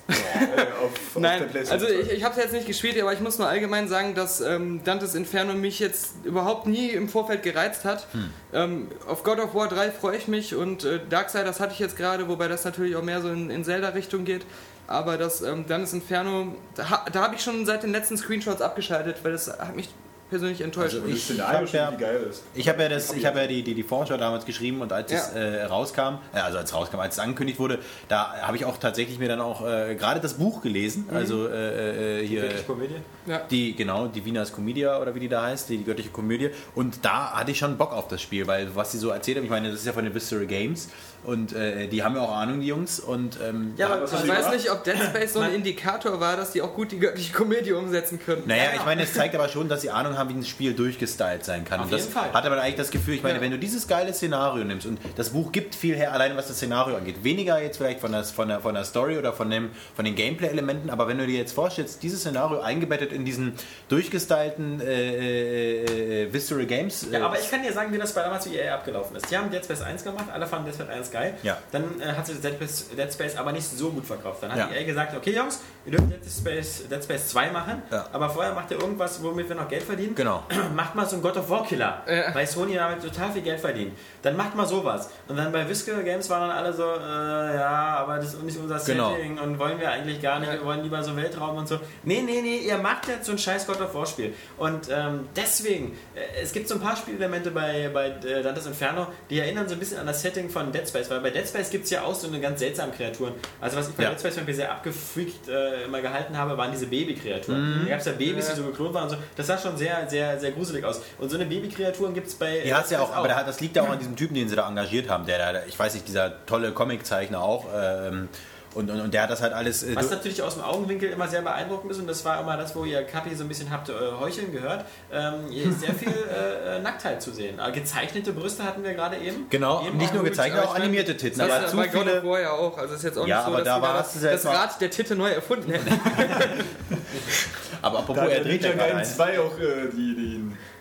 auf, Nein, also ich, ich habe es jetzt nicht gespielt, aber ich muss nur allgemein sagen, dass ähm, Dantes Inferno mich jetzt überhaupt nie im Vorfeld gereizt hat. Ähm, auf God of War 3 freue ich mich und äh, Darksiders hatte ich jetzt gerade, wobei das natürlich auch mehr so in, in Zelda-Richtung geht. Aber das ähm, Dantes Inferno, da, ha- da habe ich schon seit den letzten Screenshots abgeschaltet, weil das hat mich persönlich enttäuscht. Also ich, ich- Szenario hab schon, ja- wie geil ist. Ich habe ja, das, ich hab ja die, die, die Vorschau damals geschrieben und als es Ja. äh, rauskam, äh, also als es rauskam, als es angekündigt wurde, da habe ich auch tatsächlich mir dann auch äh, gerade das Buch gelesen, also äh, äh, hier Wirklich Mhm. Komödie? ja. die, genau, die Wiener's Comedia oder wie die da heißt, die, die göttliche Komödie und da hatte ich schon Bock auf das Spiel, weil was sie so erzählt haben, ich meine, das ist ja von den Visceral Games und äh, die haben ja auch Ahnung, die Jungs und ähm, Ja, aber da- was hast Ich du weiß gemacht? nicht, ob Dead Space so ein Nein. Indikator war, dass die auch gut die göttliche Komödie umsetzen können. Naja, ich meine, es zeigt aber schon, dass sie Ahnung haben, wie ein Spiel durchgestylt sein kann. Auf und das jeden Fall. hat aber eigentlich das Gefühl, ich meine, Ja. wenn du dieses geile Szenario nimmst und das Buch gibt viel her, alleine was das Szenario angeht. Weniger jetzt vielleicht von der, von der, von der Story oder von, dem, von den Gameplay-Elementen, aber wenn du dir jetzt vorstellst, dieses Szenario eingebettet in diesen durchgestylten äh, äh, äh, Visceral Games. Äh, Ja, aber ich kann dir sagen, wie das bei damals wie EA abgelaufen ist. Die haben Dead Space 1 gemacht, alle fanden Dead Space 1 geil. Ja. Dann äh, hat sich Dead Space, Dead Space aber nicht so gut verkauft. Dann hat Ja. EA gesagt, okay Jungs, ihr dürft Dead Space, Dead Space 2 machen, Ja. aber vorher macht ihr irgendwas, womit wir noch Geld verdienen. Genau. macht mal so einen God of War Killer, Ja. weil Sony damit total viel Geld verdient. Dann macht mal sowas. Und dann bei Whisker Games waren dann alle so, äh, ja, aber das ist nicht unser Genau. Setting und wollen wir eigentlich gar nicht, wir wollen lieber so Weltraum und so. Nee, nee, nee, ihr macht jetzt so ein scheiß God of War Spiel. Und ähm, deswegen, äh, es gibt so ein paar Spielelemente bei, bei äh, Dantes Inferno, die erinnern so ein bisschen an das Setting von Dead Space, weil bei Dead Space gibt es ja auch so eine ganz seltsame Kreaturen. Also was ich bei Ja. Dead Space zum Beispiel sehr abgefreakt äh, immer gehalten habe, waren diese Babykreaturen. Mhm. Da gab es ja Babys, die so geklont waren und so. Das sah schon sehr, sehr, sehr gruselig aus. Und so eine Babykreaturen gibt es bei. Die hast ja Dead auch, Space aber da, das liegt ja auch an diesem Typen, den sie da engagiert haben, der da, ich weiß nicht, dieser tolle Comiczeichner auch. Ähm, und, und, und der hat das halt alles. äh, Was du- natürlich aus dem Augenwinkel immer sehr beeindruckend ist, und das war immer das, wo ihr Kapi so ein bisschen habt äh, heucheln gehört, ähm, hier ist sehr viel äh, äh, Nacktheit zu sehen. Aber gezeichnete Brüste hatten wir gerade eben. Genau, Eben nicht nur gut, gezeigt, aber auch ich meine, animierte Titten, Das aber ist zu bei God viele. of War ja auch. Also es ist jetzt auch Ja, nicht so, aber dass da die da warst du das, selbst das mal- Rad der Titte neu erfunden hätten. Aber apropos, er dreht ja gerade in eins. 2 auch äh, die, die,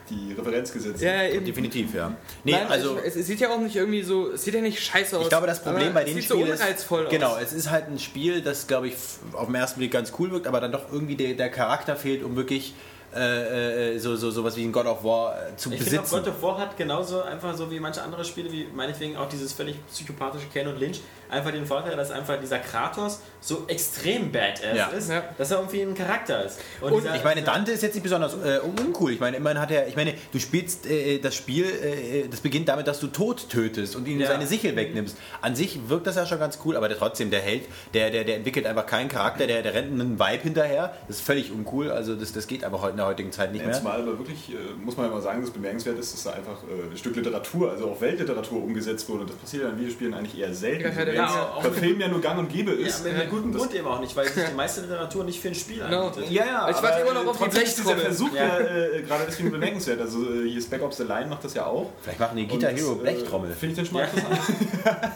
die Referenz gesetzt. ja, ja, eben. Definitiv, ja. Nee, Nein, also ich, es sieht ja auch nicht irgendwie so, es sieht ja nicht scheiße aus. ich glaube, das Problem aber bei dem es sieht Spiel so ist, unreizvoll genau, aus. es ist halt ein Spiel, das glaube ich f- auf den ersten Blick ganz cool wirkt, aber dann doch irgendwie der, der Charakter fehlt, um wirklich äh, äh, so so sowas wie ein God of War äh, zu Ich finde auch besitzen. God of War hat genauso einfach so wie manche andere Spiele, wie meinetwegen auch dieses völlig psychopathische Ken und Lynch, einfach den Vorteil, dass einfach dieser Kratos so extrem badass Ja. ist, Ja. dass er irgendwie ein Charakter ist. Und dieser- ich meine, Dante ist jetzt nicht besonders äh, uncool. Ich meine, immerhin hat er, ich meine, du spielst äh, das Spiel, äh, das beginnt damit, dass du Tod tötest und ihm Ja. seine Sichel wegnimmst. An sich wirkt das ja schon ganz cool, aber der, trotzdem, der Held, der, der, der entwickelt einfach keinen Charakter, der, der rennt einen Vibe hinterher. Das ist völlig uncool, also das, das geht aber heute in der heutigen Zeit nicht Ja. mehr. Zumal aber wirklich, äh, muss man ja mal sagen, das bemerkenswert ist, dass da einfach äh, ein Stück Literatur, also auch Weltliteratur umgesetzt wurde. Das passiert ja in Videospielen eigentlich eher selten. Ja, Also ja, wenn ja, es auch- bei Filmen ja nur gang und gäbe ja, ist. mit, mit gutem Das- Grund eben auch nicht, weil sich die meiste Literatur nicht für ein Spiel Genau. anbietet. Ja, ja, Ich warte aber, immer noch äh, auf die trotzdem ist dieser Blechtrommel. Versuch Ja. ja, äh, gerade deswegen bemerkenswert. Also äh, hier ist Back Ops the Line macht das ja auch. Vielleicht machen die Guitar Und, Hero äh, Blechtrommel. Finde ich den schon mal Ja. Genau. interessant.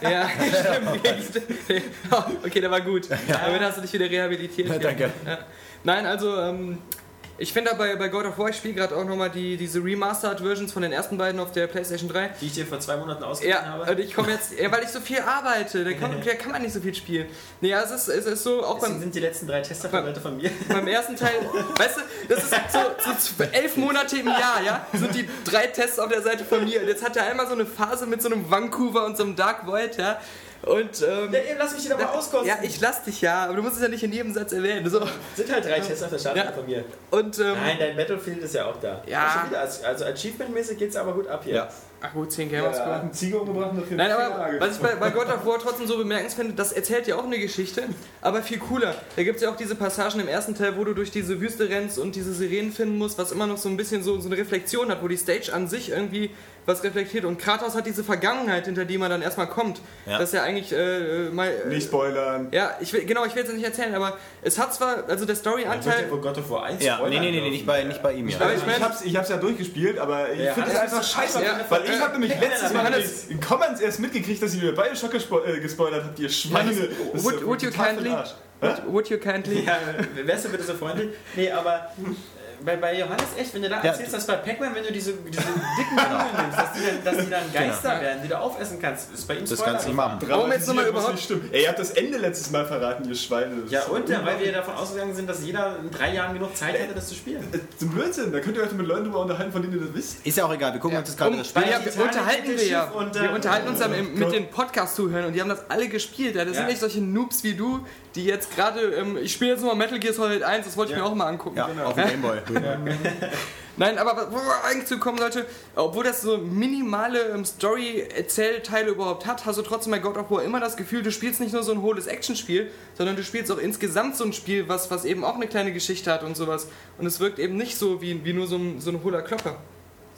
Ja, stimmt. okay, der war gut. Aber dann hast du dich wieder rehabilitiert. Ja, danke. Ja. Nein, also ähm, ich finde da bei, bei God of War, ich spiele gerade auch nochmal die, diese Remastered-Versions von den ersten beiden auf der PlayStation 3. Die ich dir vor zwei Monaten ausgegeben Ja, also habe. und ich komme jetzt, ja, weil ich so viel arbeite, da kann, da kann man nicht so viel spielen. Nee, ja, es ist, es ist so, auch Deswegen beim, sind die letzten drei Testverwerte von mir. beim ersten Teil, weißt du, das ist so, so z- elf Monate im Jahr, ja, sind die drei Tests auf der Seite von mir. Und jetzt hat er einmal so eine Phase mit so einem Vancouver und so einem Dark Void, ja. Und, ähm, Ja, eben, lass mich die doch mal auskosten. ja, ich lass dich ja, aber du musst es ja nicht in jedem Satz erwähnen. So. sind halt drei Tests auf der Startseite Ja. von mir. Und, ähm, Nein, dein Battlefield ist ja auch da. Ja. Schon wieder, als- Also Achievement-mäßig geht's aber gut ab hier. Ja. ach gut, 10 Ja, Gamer Score. hat einen Ziege umgebracht und dafür Nein, eine aber Flagge. was ich bei, bei God of War trotzdem so bemerkenswert finde, das erzählt ja auch eine Geschichte, aber viel cooler. Da gibt es ja auch diese Passagen im ersten Teil, wo du durch diese Wüste rennst und diese Sirenen finden musst, was immer noch so ein bisschen so, so eine Reflexion hat, wo die Stage an sich irgendwie was reflektiert. Und Kratos hat diese Vergangenheit, hinter die man dann erstmal kommt. Ja. Das ist ja eigentlich äh, mal. Äh, Nicht spoilern. ja, ich will, genau, ich will es nicht erzählen, aber es hat zwar, also der Dann wird ja Story-Anteil. wohl Oh, God of War 1 Ja, nee, spoilern nee, nee, nee, dürfen. nicht bei, nicht bei ihm. Ja. Aber ich ich, mein- hab's, ich hab's ja durchgespielt, aber ich Ja, finde es Hannes- einfach scheiße. Ja. Weil ich habe nämlich Ja. letztes Mal Hannes- in den Comments erst mitgekriegt, dass ihr mir Bioshock gespo äh, gespoilert habt, ihr Schweine. Hannes, Das ist would- ja would you total für den kindly- Arsch. Would, would you kindly? Ja, wärst du bitte so freundlich? Nee, aber äh, bei, bei Johannes echt, wenn du da erzählst, dass bei Pac-Man, wenn du diese, diese dicken Kugeln nimmst, dass die, dann, dass die dann Geister werden, die du aufessen kannst, ist bei ihm Das Spoiler. kannst du nicht machen. Warum jetzt nochmal Dramatisiert muss überhaupt- nicht stimmen. Ey, ihr habt das Ende letztes Mal verraten, ihr Schweine. Das Ja, ist und ja, weil wir davon ausgegangen sind, dass jeder in drei Jahren genug Zeit hatte, das zu spielen. Das ist ein äh, Blödsinn, da könnt ihr euch mit Leuten drüber unterhalten, von denen ihr das wisst. Ist ja auch egal, wir gucken uns das gerade Um, das Spiel. Weil ja, die wir Titanic unterhalten mit wir dem ja. Schiff und, wir äh, unterhalten uns dann im, mit Gott. den Podcast-Zuhörern und die haben das alle gespielt. Ja. Das Ja. sind nicht solche Noobs wie du, die jetzt gerade. Ähm, ich spiele jetzt nochmal Metal Gear Solid 1, das wollte ich Ja. mir auch mal angucken. Ja, auf dem Gameboy. Nein, aber wo wir eigentlich zu kommen sollte, obwohl das so minimale ähm, Story-Erzählteile überhaupt hat, hast du trotzdem bei God of War immer das Gefühl, du spielst nicht nur so ein hohles Actionspiel, sondern du spielst auch insgesamt so ein Spiel, was, was eben auch eine kleine Geschichte hat und sowas. Und es wirkt eben nicht so wie, wie nur so ein, so ein hohler Klopper.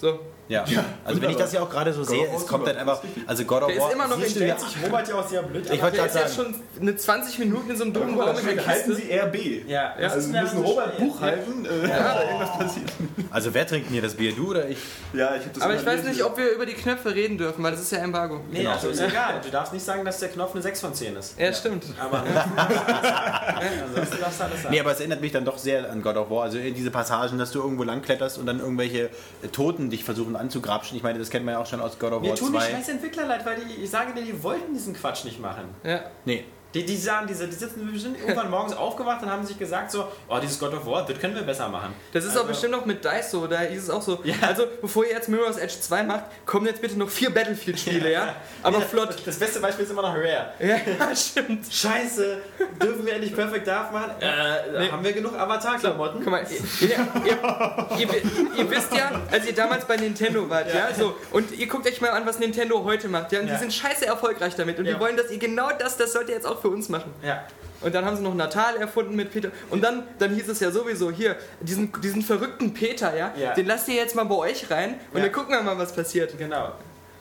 So. Ja. also wenn ich das ja auch gerade so sehe, of War es kommt super. dann einfach, also God of Der ist War immer noch siehst in du der- ja- Ich Robert ja aus ihrem Bild. Ich wollte Der gerade ist ja sagen, schon eine 20 Minuten in so einem dunklen Guck mal, Raum da mit einer steht, halten Kiste. Sie RB. Ja, Ja. Also wir müssen Robert buchhalten, äh, da irgendwas passiert. also wer trinkt denn hier das Bier, du oder ich? Ja, ich hab das Aber ich immer weiß gelesen. nicht, ob wir über die Knöpfe reden dürfen, weil das ist ja Embargo. Nee, also ist egal. Du darfst nicht sagen, dass der Knopf eine 6 von 10 ist. Ja, stimmt. Aber ansonsten darfst du alles sagen. Nee, aber es erinnert mich dann doch sehr an God of War. Also in diese Passagen, dass du irgendwo langkletterst und dann irgendwelche äh, Toten dich versuchen anzugrapschen. Ich meine, das kennt man ja auch schon aus God of Mir War tun die 2. scheiß Entwickler leid, weil die, ich sage dir, die wollten diesen Quatsch nicht machen. Ja. Nee, Die, die sagen, diese, die sitzen bestimmt irgendwann morgens aufgewacht und haben sich gesagt so, oh, dieses God of War, das können wir besser machen. Das ist auch bestimmt auch mit DICE so, da ist es auch so. Also, bevor ihr jetzt Mirror's Edge 2 macht, kommen jetzt bitte noch vier Battlefield-Spiele, ja? Aber flott. Das beste Beispiel ist immer noch Rare. Ja, stimmt. Scheiße, dürfen wir endlich Perfect Dark machen? Äh, Haben wir genug Avatar-Klamotten? Guck mal, ihr, ihr, ihr, ihr, ihr wisst ja, als ihr damals bei Nintendo wart, ja, so, und ihr guckt euch mal an, was Nintendo heute macht, ja, und Ja. die sind scheiße erfolgreich damit und Ja. die wollen, dass ihr genau das, das sollt ihr jetzt auch für uns machen. Ja. Und dann haben sie noch Natal erfunden mit Peter. Und dann, dann hieß es ja sowieso, hier, diesen, diesen verrückten Peter, ja, Ja. den lasst ihr jetzt mal bei euch rein und Ja. dann gucken wir mal, was passiert. Genau.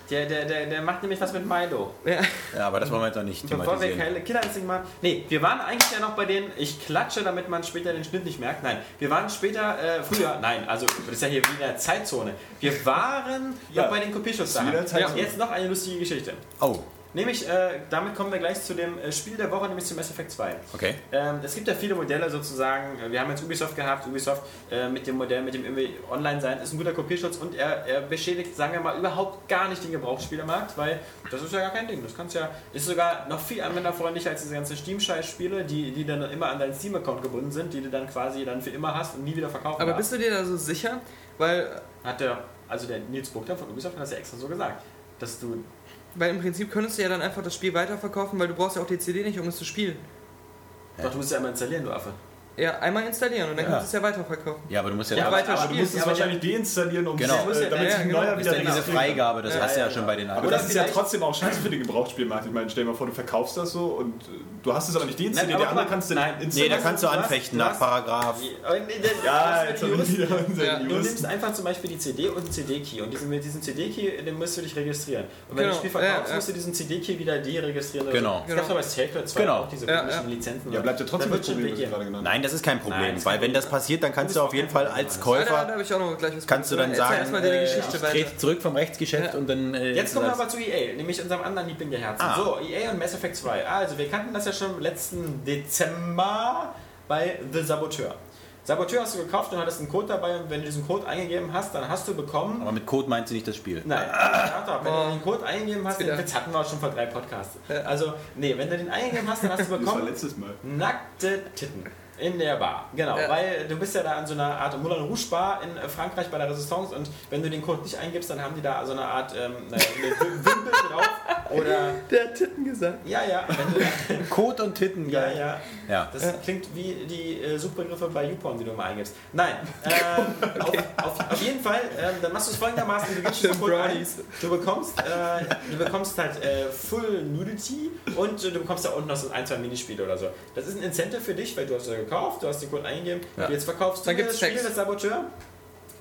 Der, der, der, der macht nämlich was mit Milo. Ja. ja, aber das wollen wir jetzt noch nicht Bevor wir thematisieren. keine Killerinstinkt machen. Nee, wir waren eigentlich ja noch bei denen, ich klatsche, damit man später den Schnitt nicht merkt. Nein, wir waren später, äh, früher, nein, also das ist ja hier wie in der Zeitzone. Wir waren Ja, noch bei den Kopierschutzsachen. wie in der Zeitzone. Jetzt noch eine lustige Geschichte. Oh, Nämlich, äh, damit kommen wir gleich zu dem äh, Spiel der Woche, nämlich zu Mass Effect 2. okay. Ähm, es gibt ja viele Modelle sozusagen. Wir haben jetzt Ubisoft gehabt. Ubisoft äh, mit dem Modell, mit dem irgendwie Online-Sein ist ein guter Kopierschutz und er, er beschädigt, sagen wir mal, überhaupt gar nicht den Gebrauchsspielermarkt, weil das ist ja gar kein Ding. Das kannst ja, ist sogar noch viel anwenderfreundlicher als diese ganzen Steam-Scheiß-Spiele, die, die dann immer an deinen Steam-Account gebunden sind, die du dann quasi dann für immer hast und nie wieder verkaufen Aber darfst. bist du dir da so sicher? Weil, Hat der, also der Nils Buchter von Ubisoft hat das ja extra so gesagt, dass du weil im Prinzip könntest du ja dann einfach das Spiel weiterverkaufen, weil du brauchst ja auch die CD nicht, um es zu spielen. Doch, du musst ja einmal installieren, du Affe. Ja, einmal installieren und dann Ja. kannst du es ja weiterverkaufen. Ja, aber du musst ja, Ja, ja aber- weiter aber Du spielen. musst es Ja, aber wahrscheinlich deinstallieren, um Genau. damit Ja, ja, es genau. neuer ist wieder dann diese registrieren kann. Freigabe, das Ja, hast du ja, ja, schon ja. bei den Aber anderen. das ist ja vielleicht- trotzdem auch scheiße für den Gebrauchsspielmarkt. Ich meine, stell dir mal vor, du verkaufst das so und äh, du hast es aber nicht Nein, deinstalliert, aber der andere guck mal, kannst du nein, installieren. Nee, da Was- kannst du was- anfechten was- nach Paragraph. Ja, jetzt haben wir Jurist- wieder unseren Ja, Du Juristen. nimmst einfach zum Beispiel die CD und einen CD-Key und diesen, mit diesem CD-Key, den musst du dich registrieren. Und wenn du Genau, das Spiel verkaufst, ja, ja. musst du diesen CD-Key wieder deregistrieren. oder Genau. So. Es gab Genau. aber bei Sacred 2 Genau. auch diese Ja, komischen ja. Lizenzen. Ja, bleibt ja trotzdem Da das wird schon Problem, Weg das ich gehen. gerade genannt Nein, das ist kein Nein, Problem, das weil kann wenn ich- das passiert, dann kannst Du du bist auf jeden kein Fall Problem, als das- Ja, da, da Käufer, habe ich auch noch gleich was kannst du dann Erzähl sagen, erstmal deine äh, Geschichte ich weiter. trete zurück vom Rechtsgeschäft Ja. und dann... äh, Jetzt kommen wir sagst- aber zu EA, nämlich unserem anderen Liebling der Herzen. Ah. So, EA und Mass Effect 2. Also, wir kannten das ja schon im letzten Dezember bei The Saboteur. Saboteur hast du gekauft und hattest einen Code dabei und wenn du diesen Code eingegeben hast, dann hast du bekommen aber mit Code meinst du nicht das Spiel. Nein, Startup. Ah, Wenn Oh. du den Code eingegeben hast, Wieder. den Witz hatten wir auch schon vor drei Podcasts. Also, nee, wenn du den eingegeben hast, dann hast du Das war bekommen letztes Mal. nackte Titten. In der Bar, genau, Ja. weil du bist ja da an so einer Art Moulin Rouge Bar in Frankreich bei der Resistance und wenn du den Code nicht eingibst, dann haben die da so eine Art ähm, naja, eine Wim- Wimpel drauf oder Der hat Titten gesagt. ja, ja, wenn du, Code und Titten, ja, geil. ja, Ja. das klingt wie die äh, Suchbegriffe bei YouPorn, die du mal eingibst. Nein, ähm, auf, auf, auf jeden Fall, ähm, dann machst du es folgendermaßen, du gibst Schön es kurz ein, Brownies. du bekommst, äh, du bekommst halt äh, Full Nudity und äh, du bekommst da unten noch so ein, zwei Minispiele oder so. Das ist ein Incentive für dich, weil du hast ja gekauft, du hast den Code eingegeben, Ja. jetzt verkaufst du Dann mir gibt's das Spiel, das Sex. Saboteur,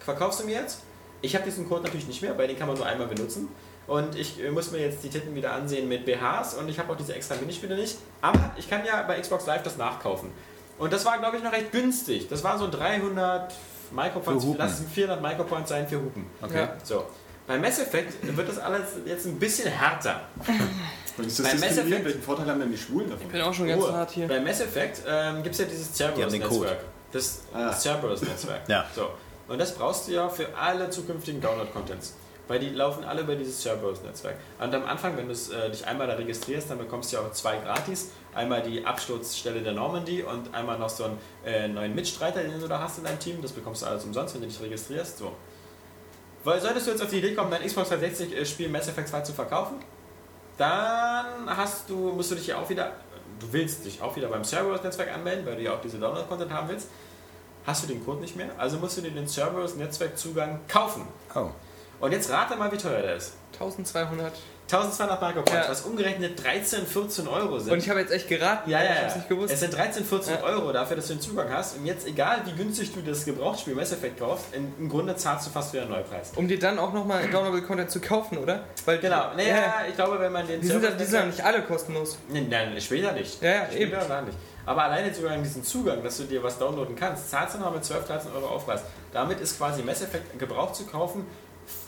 verkaufst du mir jetzt. Ich habe diesen Code natürlich nicht mehr, weil den kann man nur einmal benutzen. Und ich äh, muss mir jetzt die Titten wieder ansehen mit BHs und ich habe auch diese extra Minispiele nicht. Aber ich kann ja bei Xbox Live das nachkaufen. Und das war, glaube ich, noch recht günstig. Das waren so 300 Micropoints, Für Hupen. lass es 400 Micropoints sein für Hupen. Okay. Ja. So. Bei Mass Effect wird das alles jetzt ein bisschen härter. Und ist Bei das Mass diskriminierend? Effect- Welchen Vorteil haben denn die Schwulen davon? Ich bin auch schon ganz Ruhe. hart hier. Bei Mass Effect ähm, gibt es ja dieses den Code. Cerberus-Netzwerk. Das Ah. Cerberus-Netzwerk. Ja. So. Und das brauchst du ja für alle zukünftigen Download-Contents. Weil die laufen alle über dieses Cerberus-Netzwerk. Und am Anfang, wenn du es, äh, dich einmal da registrierst, dann bekommst du ja auch zwei gratis. Einmal die Absturzstelle der Normandy und einmal noch so einen äh, neuen Mitstreiter, den du da hast in deinem Team. Das bekommst du alles umsonst, wenn du dich registrierst. So. Weil solltest du jetzt auf die Idee kommen, dein Xbox 360-Spiel Mass Effect 2 zu verkaufen, dann hast du, musst du dich ja auch wieder, du willst dich auch wieder beim Cerberus-Netzwerk anmelden, weil du ja auch diese Download-Content haben willst. hast du den Code nicht mehr, also musst du dir den Cerberus-Netzwerkzugang kaufen. Oh. Und jetzt rate mal, wie teuer der ist. 1200. 1200 Marco Points, Ja. was umgerechnet 13, 14 Euro sind. Und ich habe jetzt echt geraten, ja, aber ja, ich ja. habe es nicht gewusst. Es sind 13, 14 Ja. Euro dafür, dass du den Zugang hast. Und jetzt, egal wie günstig du das Gebrauchsspiel Mass Effect kaufst, in, im Grunde zahlst du fast wieder einen Neupreis. um dir dann auch nochmal Downloadable Content zu kaufen, oder? Weil Genau, naja, Ja. ich glaube, wenn man den. Die sind ja Service- die sind ja nicht alle kostenlos. Nein, nein, später nicht. Ja, ja, eben. später gar nicht. Aber alleine sogar in diesen Zugang, dass du dir was downloaden kannst, zahlst du noch mit 12, 13 Euro Aufpreis. Damit ist quasi Mass Effect Gebrauch zu kaufen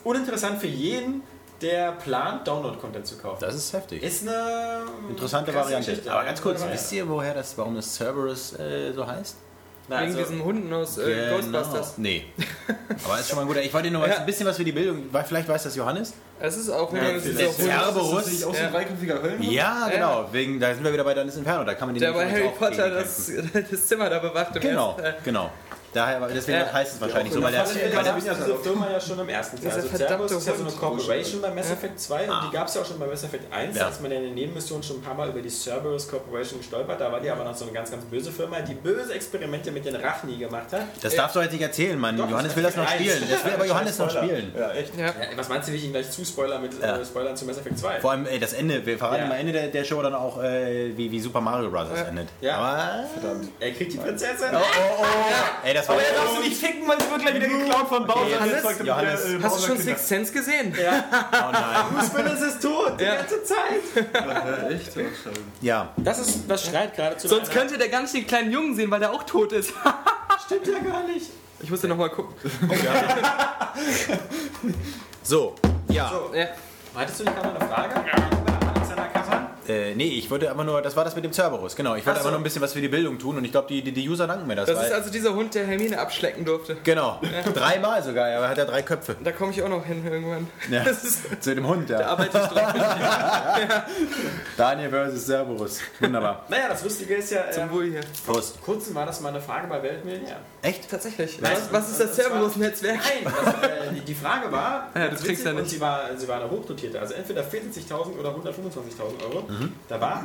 uninteressant für jeden, der plant, Download-Content zu kaufen. Das ist heftig. Ist eine Interessante krasse Variante. Geschichte. Aber ganz kurz, Ja. wisst ihr, woher das, warum das Cerberus äh, so heißt? Na, Wegen also, diesen Hunden aus äh, Genau. Ghostbusters. Nee. Aber ist schon mal ein guter. Ich wollte nur Ja. ein bisschen was für die Bildung. weil Vielleicht weiß das Johannes. Es ist auch Ja, es ist vielleicht. auch Hund. Das ist natürlich auch so Ja. ein dreiköpfiger Höllen. Ja, genau. Wegen, da sind wir wieder bei Danis Inferno. Da kann man den der bei nämlich Harry auch Potter gegen das, kämpfen. das Zimmer da bewacht. im Genau, ersten Teil. genau. Daher, deswegen Ja. heißt es wahrscheinlich so, Ja, weil der, auf jeden Da Fall. weil Ja, gab es ja, diese ja. Firma ja schon im ersten Teil. Dieser Also verdammte Cerberus ist ja so eine Hund. Corporation bei Mass Effect 2 und Ah. die gab es ja auch schon bei Mass Effect 1. Ja. Da ist man ja in den Nebenmissionen schon ein paar Mal über die Cerberus Corporation gestolpert. Da war die aber noch so eine ganz, ganz böse Firma, die böse Experimente mit den Rachni gemacht hat. das darfst du halt nicht erzählen, Mann. Doch, Johannes das will das noch ist eins. spielen. Das will aber Johannes noch Spoiler. spielen. Ja, echt. Ja. Ja, Äh, was meinst du, wie ich ihn gleich zuspoiler mit Ja. äh, Spoilern zu Mass Effect 2? Vor allem äh, das Ende. Wir verraten Ja. am Ende der, der Show dann auch, äh, wie, wie Super Mario Bros. Ja. endet. Ja. Aber, Verdammt. Er kriegt die Prinzessin. oh, oh, oh. Ey, das war du nicht ficken, man wird gleich wieder geklaut von Bowser. Johannes, Zeug, damit Johannes, der, äh, Hast du Bowser schon Kinder- Sixth Sense gesehen? Oh nein. Bruce Willis ist tot, Ja. die ganze Zeit. Ja, echt? Ja, schade. Ja. Das ist, das schreit geradezu. Sonst könnte der gar nicht den kleinen Jungen sehen, weil der auch tot ist. Stimmt ja gar nicht. Ich musste nochmal gucken. So. Ja. So, Ja. hattest du nicht gerade eine Frage? Ja. Alexander Kappan? Äh, nee, ich wollte einfach nur, das war das mit dem Cerberus, genau. Ich wollte Ach so. einfach nur ein bisschen was für die Bildung tun und ich glaube, die, die, die User danken mir das. Das weil, ist also dieser Hund, der Hermine abschlecken durfte. genau. Dreimal sogar, er hat ja drei Köpfe. Da komme ich auch noch hin irgendwann. Ja. Das ist, Zu dem Hund, da ja. arbeite ich drauf. Daniel versus Cerberus. Wunderbar. Naja, das Lustige ist ja, Zum äh, Wohl hier. Prost. kurzem war das mal eine Frage bei Weltmillionär. Echt? Tatsächlich. Nein. Was, was ist das Das war- Cerberus-Netzwerk? Nein, das, äh, die- die Frage war, Ja, du ganz kriegst witzig, ja nicht. und sie war, sie war eine hochdotierte, also entweder 40.000 oder 125.000 Euro. Mhm. Da war,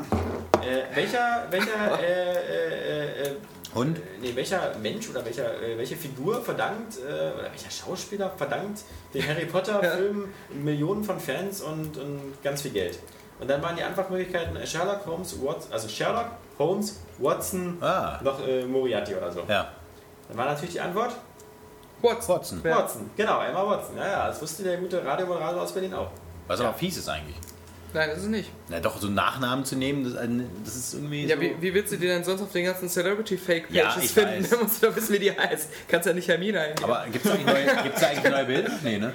äh, welcher, welcher, äh, äh, äh, äh, Hund? nee, welcher Mensch oder welcher, äh, welche Figur verdankt, äh, oder welcher Schauspieler verdankt den Harry Potter-Film Millionen von Fans und, und ganz viel Geld. Und dann waren die Antwortmöglichkeiten äh, Sherlock Holmes, Watson, also Sherlock Holmes, Watson, Ah. noch äh, Moriarty oder so. Ja. Dann war natürlich die Antwort What's? Watson. Ja. Watson. Genau, Emma Watson. Ja, ja, das wusste der gute Radiomoderator aus Berlin auch. Was aber fies ist eigentlich. Nein, das ist es nicht. Na doch, so einen Nachnamen zu nehmen, das, äh, das ist irgendwie Ja, so... wie, wie willst du die denn sonst auf den ganzen Celebrity-Fake-Pages Ja, ich finden? weiß. Da musst du doch wissen, wie die heißt. Kannst ja nicht Hermine eingeben. aber gibt es eigentlich, neue- gibt's da eigentlich neue Bilder? Nee, ne?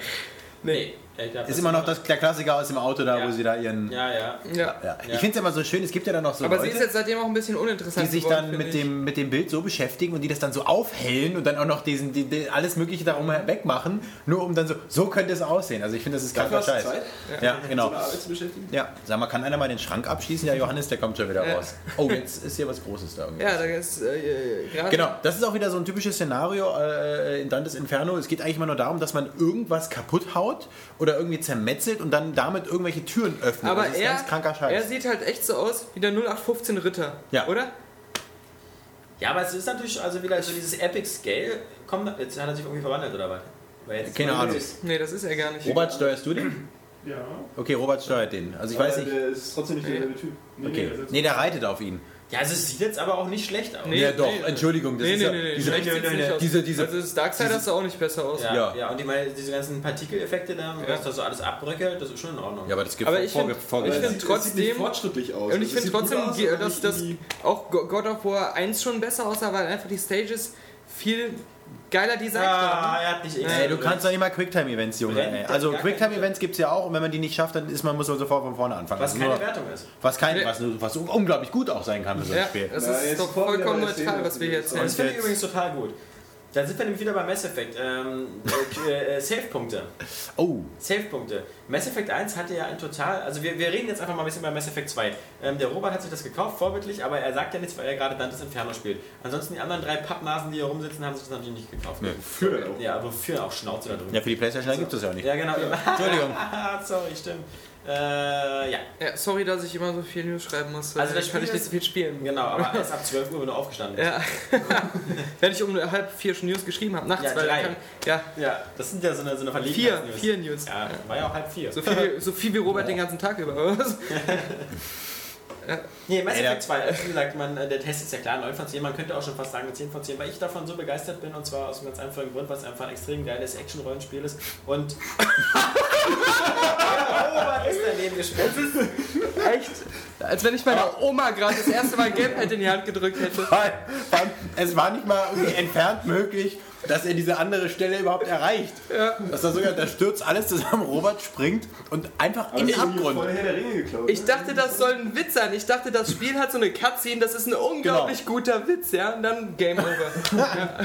Nee. ich glaub, das Ist immer noch das, der Klassiker aus dem Auto da, Ja. wo sie da ihren... Ja, ja. ja. Ja. Ich Ja. finde es ja immer so schön, es gibt ja dann noch so aber sie also Leute, ist jetzt seitdem auch ein bisschen die uninteressant sich geworden, dann finde mit ich. dem, mit dem Bild so beschäftigen und die das dann so aufhellen und dann auch noch diesen, die, die, alles mögliche darum wegmachen, nur um dann so, so könnte es aussehen. Also ich finde, das ist kranker Dafür hast Scheiß. du Zeit, Ja, so genau. eine Arbeit zu beschäftigen? Ja, sag mal, kann einer mal den Schrank abschließen? Ja, Johannes, der kommt schon wieder Ja. raus. Oh, jetzt ist hier was Großes da irgendwie. Ja, da ist äh, äh, gerade... Genau, das ist auch wieder so ein typisches Szenario äh, in Dantes Inferno. Es geht eigentlich immer nur darum, dass man irgendwas kaputt haut oder irgendwie zermetzelt und dann damit irgendwelche Türen öffnet. Aber das Also ist er, ganz kranker er Scheiß. sieht halt echt so aus wie der 0815 Ritter, Ja. oder? Ja, aber es ist natürlich also wieder so dieses Epic Scale. Komm, jetzt hat er sich irgendwie verwandelt oder was? Weil jetzt- Keine Ahnung. Nee, das ist er gar nicht. Robert, steuerst du den? Ja. Okay, Robert steuert den. Also ich weiß Aber nicht. Der ist trotzdem Äh, nicht derselbe Typ. Nee, Okay. nee, das- Nee, der reitet auf ihn. Ja, also es sieht jetzt aber auch nicht schlecht aus. Nee. ja, doch, Entschuldigung. Das Nee, ist nee, ja, nee, nee. diese, schlecht sieht's nicht aus. diese- diese- also das Darkseid sah auch nicht besser aus. Ja, Ja. ja. und ich meine, diese ganzen Partikeleffekte da, was da so alles abbröckelt, das ist schon in Ordnung. Ja, aber das gibt Aber ich vorge find- Aber ich es vorge find- sieht- es sieht nicht trotzdem- fortschrittlich aus. Und ich Also finde es sieht gut trotzdem, aus, ge- aber dass nicht das wie- auch Go- God of War 1 schon besser aussah, weil einfach die Stages viel geiler designt ah, waren. er hat nicht Ey, du kannst doch nicht mal Quicktime-Events, Junge. Brennt Ey. das Also gar keine Quicktime-Events gibt es ja auch und wenn man die nicht schafft, dann ist man, muss man sofort von vorne anfangen. Was Also nur- keine Wertung ist. Was, kein, Nee. was, was unglaublich gut auch sein kann für so ein Ja, Spiel. das Ja, ist jetzt doch vor- vollkommen wieder bei der neutral, Szene. was wir hier Ja, Und erzählen. das finde ich jetzt- übrigens total gut. Da sind wir nämlich wieder bei Mass Effect. Ähm, äh, äh, Save-Punkte. Oh, Safe-Punkte. Mass Effect 1 hatte ja ein total. Also, wir, wir reden jetzt einfach mal ein bisschen bei Mass Effect 2. Ähm, der Robert hat sich das gekauft, vorbildlich, aber er sagt ja nichts, weil er gerade Dantes Inferno spielt. Ansonsten, die anderen drei Pappnasen, die hier rumsitzen, haben sich das natürlich nicht gekauft. Für den auch. Ja, aber für auch Schnauze da drüben. ja, für die Playstation gibt es ja nicht. Ja, genau. Ja. Entschuldigung. Ah, sorry, stimmt. Äh, ja, Ja, sorry, dass ich immer so viel News schreiben muss. Also das Äh, kann Spiel ich nicht ist- so viel spielen. genau, aber erst ab 12 Uhr, wenn du aufgestanden bist. Ja. Wenn ich um halb vier schon News geschrieben habe, nachts, Ja, weil drei. Kann, ja, Ja, das sind ja so eine, so eine vier, Verlegenheitsnews. vier News. Ja, war ja auch halb vier. So viel, wie- so viel wie Robert den ganzen Tag über. oder was? Nee, Mass Ey, da- Effect 2, also wie gesagt, man, äh, der Test ist ja klar, 9 von 10, man könnte auch schon fast sagen eine 10 von 10, weil ich davon so begeistert bin und zwar aus einem ganz einfachen Grund, weil es einfach ein extrem geiles Action-Rollenspiel ist und. Robert ist daneben gesprungen. Echt? Oh. Als wenn ich meiner Oma gerade das erste Mal ein Gamepad in die Hand gedrückt hätte. Weil, weil es war nicht mal irgendwie entfernt möglich, dass er diese andere Stelle überhaupt erreicht. Dass da sogar, da stürzt alles zusammen, Robert springt und einfach in den Voll Abgrund. Herr der Ringe geklaut. Ich dachte, das soll ein Witz sein. Ich dachte, das Spiel hat so eine Cutscene, das ist ein unglaublich guter Witz, ja? Und dann Game Over.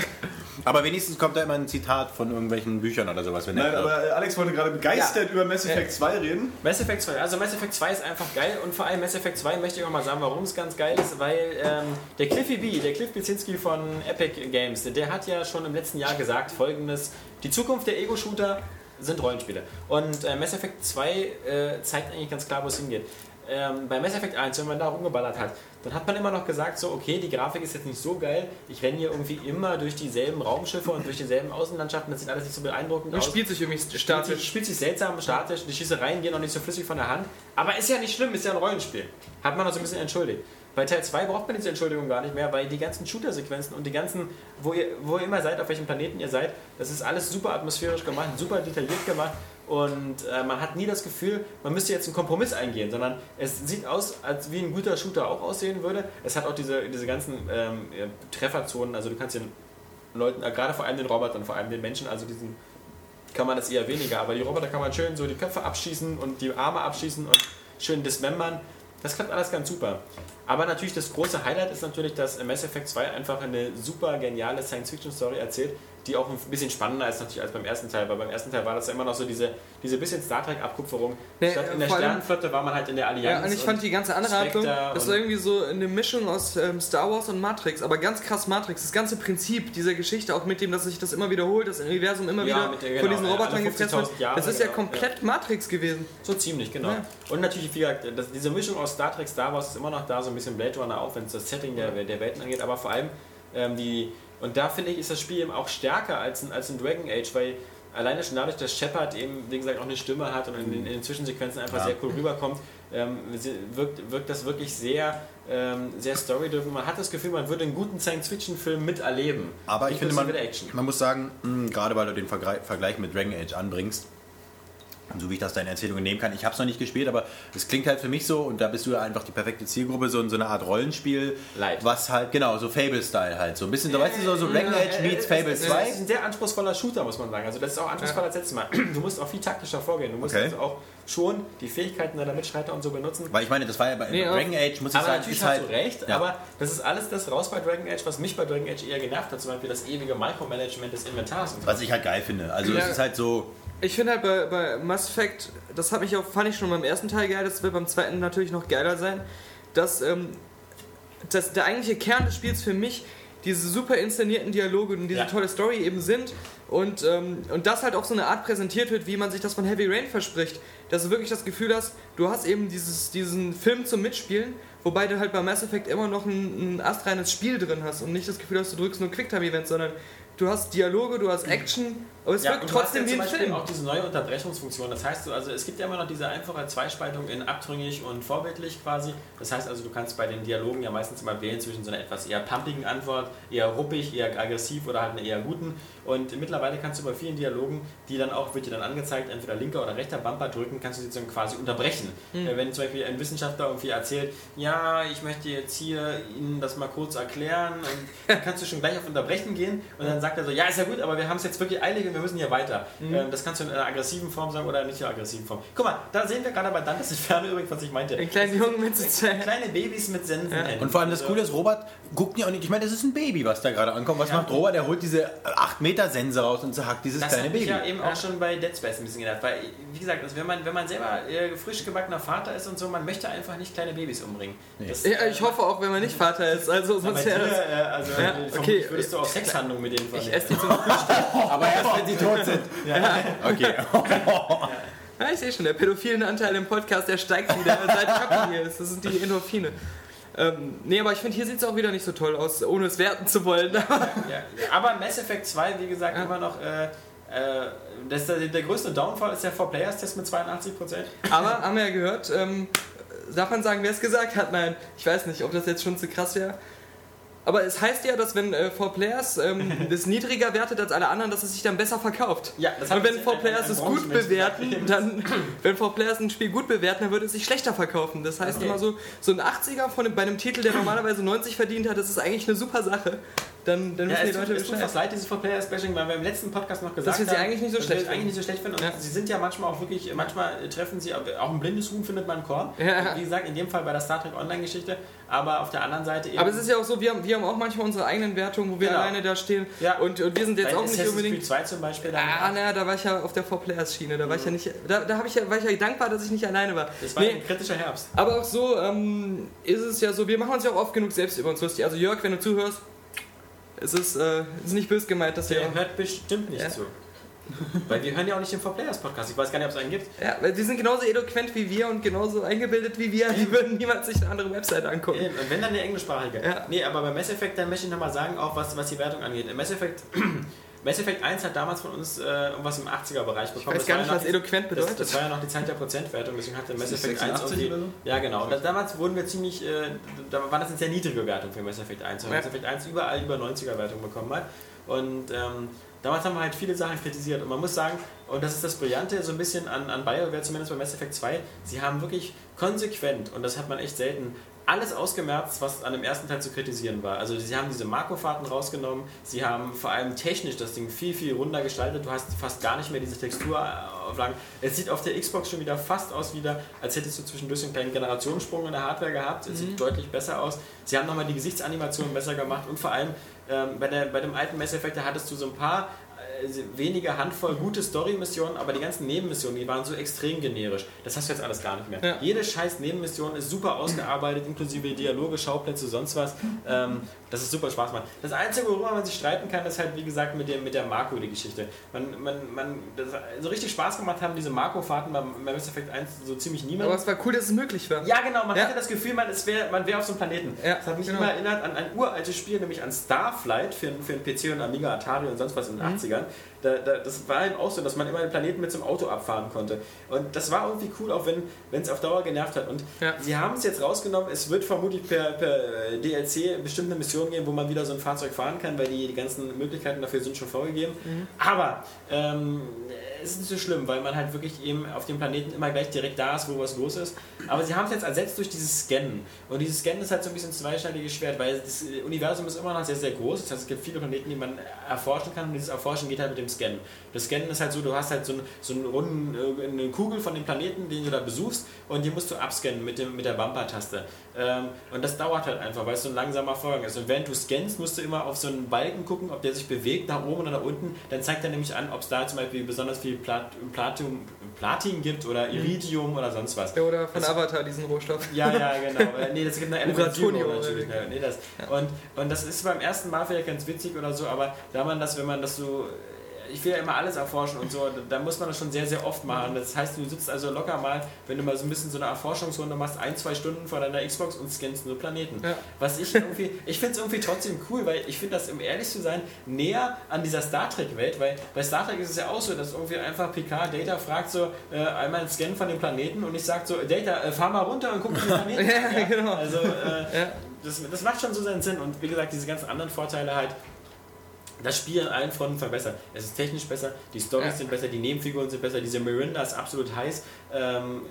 Aber wenigstens kommt da immer ein Zitat von irgendwelchen Büchern oder sowas. Wenn er- Nein, aber äh, Alex wollte gerade begeistert über Mass Effect 2 reden. Mass Effect 2, also Mass Effect 2 ist einfach geil und vor allem Mass Effect 2 möchte ich auch mal sagen, warum es ganz geil ist, weil ähm, der Cliffy B, der Cliff Bizinski von Epic Games, der hat ja schon im letzten Jahr gesagt folgendes, die Zukunft der Ego-Shooter sind Rollenspiele und äh, Mass Effect 2 äh, zeigt eigentlich ganz klar, wo es hingeht. Ähm, bei Mass Effect 1, wenn man da rumgeballert hat, dann hat man immer noch gesagt, so, okay, die Grafik ist jetzt nicht so geil, ich renne hier irgendwie immer durch dieselben Raumschiffe und durch dieselben Außenlandschaften, das sieht alles nicht so beeindruckend Und aus spielt sich irgendwie spielt sich, statisch. spielt sich seltsam statisch, die Schießereien gehen auch nicht so flüssig von der Hand. Aber ist ja nicht schlimm, ist ja ein Rollenspiel. Hat man auch so ein bisschen entschuldigt. Bei Teil 2 braucht man diese Entschuldigung gar nicht mehr, weil die ganzen Shooter-Sequenzen und die ganzen, wo ihr, wo ihr immer seid, auf welchem Planeten ihr seid, das ist alles super atmosphärisch gemacht, super detailliert gemacht und äh, man hat nie das Gefühl, man müsste jetzt einen Kompromiss eingehen, sondern es sieht aus, als wie ein guter Shooter auch aussehen würde. Es hat auch diese, diese ganzen ähm, äh, Trefferzonen, also du kannst den Leuten, äh, gerade vor allem den Robotern, vor allem den Menschen, also diesen kann man das eher weniger. Aber die Roboter kann man schön so die Köpfe abschießen und die Arme abschießen und schön dismembern. Das klappt alles ganz super. Aber natürlich das große Highlight ist natürlich, dass Mass Effect 2 einfach eine super geniale Science-Fiction-Story erzählt, die auch ein bisschen spannender ist natürlich als beim ersten Teil, weil beim ersten Teil war das ja immer noch so diese, diese bisschen Star Trek-Abkupferung. Nee, äh, Statt in der vor allem- Sternenflotte war man halt in der Allianz. Ja, und ich fand die ganze Anratung, Spectre das und- war irgendwie so eine Mischung aus ähm, Star Wars und Matrix, aber ganz krass Matrix. Das ganze Prinzip dieser Geschichte, auch mit dem, dass sich das immer wiederholt, das Universum immer Ja, mit wieder der- von genau, diesen alle Robotern gefressen 50.000 wird, Jahre, das ist ja genau, komplett Matrix gewesen. So ziemlich, genau. Ja. Und natürlich, wie gesagt, das, diese Mischung aus Star Trek, Star Wars ist immer noch da, so ein bisschen Blade Runner auch, wenn es das Setting der, der Welten angeht, aber vor allem ähm, die. Und da finde ich, ist das Spiel eben auch stärker als in, als in Dragon Age, weil alleine schon dadurch, dass Shepard eben, wie gesagt, auch eine Stimme hat und in, Mhm. den- in den Zwischensequenzen einfach sehr cool rüberkommt, ähm, sie- wirkt, wirkt das wirklich sehr, ähm, sehr storydriven. Man hat das Gefühl, man würde einen guten Science-Fiction-Film miterleben. Aber ich finde, man, Inklusive der Action. man muss sagen, mh, gerade weil du den Vergre- Vergleich mit Dragon Age anbringst, und so wie ich das deine Erzählungen nehmen kann, ich habe es noch nicht gespielt, aber es klingt halt für mich so, und da bist du ja einfach die perfekte Zielgruppe, so, so eine Art Rollenspiel, Light. was halt, genau, so Fable-Style halt, so ein bisschen, so, weißt du, so, so Dragon Age meets Fable Es ist- Es ist 2. ein sehr anspruchsvoller Shooter, muss man sagen. Also das ist auch anspruchsvoller als letztes Mal. Du musst auch viel taktischer vorgehen. Du musst Okay. also auch schon die Fähigkeiten deiner Mitstreiter und so benutzen. Weil ich meine, das war ja bei Nee, Dragon Age, muss ich Aber sagen, natürlich ist hast halt, du recht, ja. aber das ist alles das raus bei Dragon Age, was mich bei Dragon Age eher genervt hat, zum Beispiel das ewige Micromanagement des Inventars. Und so. was ich halt geil finde. Also Ja. es ist halt so, Ich finde halt bei, bei Mass Effect, das hab ich auch, fand ich schon beim ersten Teil geil, das wird beim zweiten natürlich noch geiler sein, dass ähm, das, der eigentliche Kern des Spiels für mich diese super inszenierten Dialoge und diese Ja. tolle Story eben sind und, ähm, und das halt auch so eine Art präsentiert wird, wie man sich das von Heavy Rain verspricht, dass du wirklich das Gefühl hast, du hast eben dieses, diesen Film zum Mitspielen, wobei du halt bei Mass Effect immer noch ein, ein astreines Spiel drin hast und nicht das Gefühl hast, du drückst nur Quicktime-Events, sondern du hast Dialoge, du hast Action, aber es Ja, wirkt und du hast trotzdem ja wie zum ein Beispiel Film. auch diese neue Unterbrechungsfunktion. Das heißt, also es gibt ja immer noch diese einfache Zweispaltung in abtrüngig und vorbildlich quasi. Das heißt also, du kannst bei den Dialogen ja meistens immer wählen zwischen so einer etwas eher pumpigen Antwort, eher ruppig, eher aggressiv oder halt einer eher guten. Und mittlerweile kannst du bei vielen Dialogen, die dann auch, wird dir dann angezeigt, entweder linker oder rechter Bumper drücken, kannst du sie dann quasi unterbrechen. Äh, Wenn zum Beispiel ein Wissenschaftler irgendwie erzählt, ja, ich möchte jetzt hier Ihnen das mal kurz erklären und dann kannst du schon gleich auf Unterbrechen gehen und dann sagt er so, ja, ist ja gut, aber wir haben es jetzt wirklich eilig und wir müssen hier weiter. Ähm, das kannst du in einer aggressiven Form sagen oder in einer nicht aggressiven Form. Guck mal, da sehen wir gerade bei Dantes Inferno übrigens, was ich meinte. Den kleinen Jungen mitzuzählen. Kleine Babys mit Sensen. Und vor allem das Coole ist, Robert guckt ja auch nicht. Ich meine, das ist ein Baby, was da gerade ankommt. Was Ja. macht Robert? Er holt diese 8-Meter-Sense raus und zerhackt dieses Das kleine hat mich Baby. ja eben auch schon bei Dead Space ein bisschen gedacht, weil, wie gesagt, also wenn, man, wenn man selber äh, frisch gebackener Vater ist und so, man möchte einfach nicht kleine Babys umbringen. Das, Ja, ich äh, hoffe auch, wenn man nicht Vater ist. Also aber sonst dir, wäre das. äh, also, Ja, äh, okay. vermutlich würdest du auch Sexhandlungen mit denen Ich vernehmen. esse die zum Frühstück. Aber erst, wenn sie tot sind. Okay. Ja, ich sehe schon, der pädophilen Anteil im Podcast, der steigt wieder, seit Chucky hier ist. Das sind die Endorphine. Ähm, nee, aber ich finde, hier sieht es auch wieder nicht so toll aus, ohne es werten zu wollen. Ja, aber Mass Effect 2, wie gesagt, immer noch. Äh, äh, das, der, der größte Downfall ist der Four Players Test mit 82%. aber haben wir ja gehört, ähm, darf man sagen, wer es gesagt hat? Nein, ich weiß nicht, ob das jetzt schon zu krass wäre. Aber es heißt ja, dass wenn äh, Four Players ähm, das niedriger wertet als alle anderen, dass es sich dann besser verkauft. Ja, das hat Und wenn uns Four ein- Players ein es gut Branchenmensch gesagt. bewerten, dann, wenn Four Players ein Spiel gut bewerten, dann würde es sich schlechter verkaufen. Das heißt Okay. immer so, so ein 80er von, bei einem Titel, der normalerweise 90 verdient hat, das ist eigentlich eine super Sache. Dann, dann Ja, wissen es die Leute tut, es tut Bescheid. uns leid, dieses For Player Bashing, weil wir im letzten Podcast noch gesagt wir sie haben, eigentlich nicht so dass schlecht wir es eigentlich nicht so schlecht finden. Und Ja. sie sind ja manchmal auch wirklich, manchmal treffen sie, auch ein blindes Huhn findet man Korn. Ja. Und Wie gesagt, in dem Fall bei der Star Trek Online-Geschichte, aber auf der anderen Seite eben. Aber es ist ja auch so, wir haben, wir haben auch manchmal unsere eigenen Wertungen, wo wir Genau. alleine da stehen. Ja. Und, und wir sind jetzt bei auch nicht Assassin's unbedingt. Creed 2 zum Beispiel. dann- Ah, naja, da war ich ja auf der VPLS-Schiene. Da war ich ja nicht. Da, da hab ich ja, war ich ja dankbar, dass ich nicht alleine war. Mhm. das war Nee, ein kritischer Herbst. aber auch so ähm, ist es ja so, wir machen uns ja auch oft genug selbst über uns lustig. Also Jörg, wenn du zuhörst, es ist, äh, es ist nicht böse gemeint, dass wir. Der hört bestimmt nicht Äh, Ja. zu. Weil wir hören ja auch nicht den For Players Podcast. Ich weiß gar nicht, ob es einen gibt. Ja, weil die sind genauso eloquent wie wir und genauso eingebildet wie wir. Die würden niemals sich eine andere Webseite angucken. Eben, und Ähm, wenn dann eine englischsprachige. Ja. Nee, aber bei Mass Effect, dann möchte ich nochmal sagen, auch was, was die Wertung angeht. Mass Effect, Mass Effect 1 hat damals von uns äh, irgendwas im 80er-Bereich bekommen. Ich Das weiß gar war nicht, ja noch was die- eloquent das, bedeutet. das war ja noch die Zeit der Prozentwertung, deswegen hatte Mass Ist das Effect 1 86 irgendwie. oder so? Ja, genau. Da, damals wurden wir ziemlich. Äh, da war das eine sehr niedrige Wertung für Mass Effect 1, weil Ja. Mass Effect 1 überall über 90er-Wertung bekommen hat. Und ähm, damals haben wir halt viele Sachen kritisiert. Und man muss sagen, und das ist das Brillante so ein bisschen an, an BioWare, zumindest bei Mass Effect 2, sie haben wirklich konsequent, und das hat man echt selten, alles ausgemerzt, was an dem ersten Teil zu kritisieren war. Also sie haben diese Makrofahrten rausgenommen, sie haben vor allem technisch das Ding viel, viel runder gestaltet, du hast fast gar nicht mehr diese äh, Texturauflagen. Es sieht auf der Xbox schon wieder fast aus wieder, als hättest du zwischendurch so einen kleinen Generationssprung in der Hardware gehabt. Es sieht deutlich besser aus. Sie haben nochmal die Gesichtsanimationen besser gemacht und vor allem ähm, bei, der, bei dem alten Mass Effect, da hattest du so ein paar äh, wenige Handvoll gute Story-Missionen, aber die ganzen Nebenmissionen, die waren so extrem generisch. Das hast du jetzt alles gar nicht mehr. Ja. Jede scheiß Nebenmission ist super ausgearbeitet, inklusive Dialoge, Schauplätze, sonst was. Ähm, das ist super Spaß macht. Das Einzige, worüber man sich streiten kann, ist halt, wie gesagt, mit, dem, mit der Marco die Geschichte. Man, man, man, das, so richtig Spaß gemacht haben diese Marco-Fahrten bei Mass Effect 1 so ziemlich niemand. Aber es war cool, dass es möglich war. Ja, genau, man Ja. hatte das Gefühl, man es wär, man wäre auf so einem Planeten. Ja, das hat mich genau. immer erinnert an ein uraltes Spiel, nämlich an Starflight für, einen- für einen PC und Amiga Atari und sonst was Mhm. in den 80ern. Da, da, das war eben auch so, dass man immer den Planeten mit so einem Auto abfahren konnte. Und das war irgendwie cool, auch wenn es auf Dauer genervt hat. Und Ja. sie haben es jetzt rausgenommen, es wird vermutlich per, per äh, DLC bestimmte Missionen geben, wo man wieder so ein Fahrzeug fahren kann, weil die, die ganzen Möglichkeiten dafür sind schon vorgegeben. Mhm. Aber ähm, es ist nicht so schlimm, weil man halt wirklich eben auf dem Planeten immer gleich direkt da ist, wo was los ist. Aber sie haben es jetzt ersetzt durch dieses Scannen. Und dieses Scannen ist halt so ein bisschen ein zweischneidiges Schwert, weil das äh, Universum ist immer noch sehr, sehr groß. Das heißt, es gibt viele Planeten, die man erforschen kann. Und dieses Erforschen geht halt mit dem Scannen. Das Scannen ist halt so, du hast halt so, einen, so einen runden, äh, eine Kugel von dem Planeten, den du da besuchst. Und die musst du abscannen mit, dem, mit der Bumper-Taste. Ähm, und das dauert halt einfach, weil es so ein langsamer Vorgang ist. Und während du scannst, musst du immer auf so einen Balken gucken, ob der sich bewegt, nach oben oder nach unten. Dann zeigt er nämlich an, ob es da zum Beispiel besonders viel Plat Platin, Platin gibt oder Iridium oder sonst was. Oder von Das- Avatar, diesen Rohstoff. Ja, ja, genau. Äh, Nee, das gibt eine Element Zero Uratonio, natürlich. oder? ne? Nee, das. Und, und das ist beim ersten Mal vielleicht ganz witzig oder so, aber da man das, wenn man das so. äh, Ich will ja immer alles erforschen und so, da muss man das schon sehr, sehr oft machen. Das heißt, du sitzt also locker mal, wenn du mal so ein bisschen so eine Erforschungsrunde machst, ein, zwei Stunden vor deiner Xbox und scannst nur Planeten. Ja. Was ich irgendwie, ich finde es irgendwie trotzdem cool, weil ich finde das, um ehrlich zu sein, näher an dieser Star Trek-Welt, weil bei Star Trek ist es ja auch so, dass irgendwie einfach PK Data fragt so, äh, einmal einen Scan von dem Planeten und ich sag so, Data, äh, fahr mal runter und guck den Planeten. an. Ja, genau. Also, äh, Ja. das, das macht schon so seinen Sinn und wie gesagt, diese ganzen anderen Vorteile halt, das Spiel an allen Fronten verbessert. Es ist technisch besser, die Storys Ja. sind besser, die Nebenfiguren sind besser, diese Mirinda ist absolut heiß. Ähm,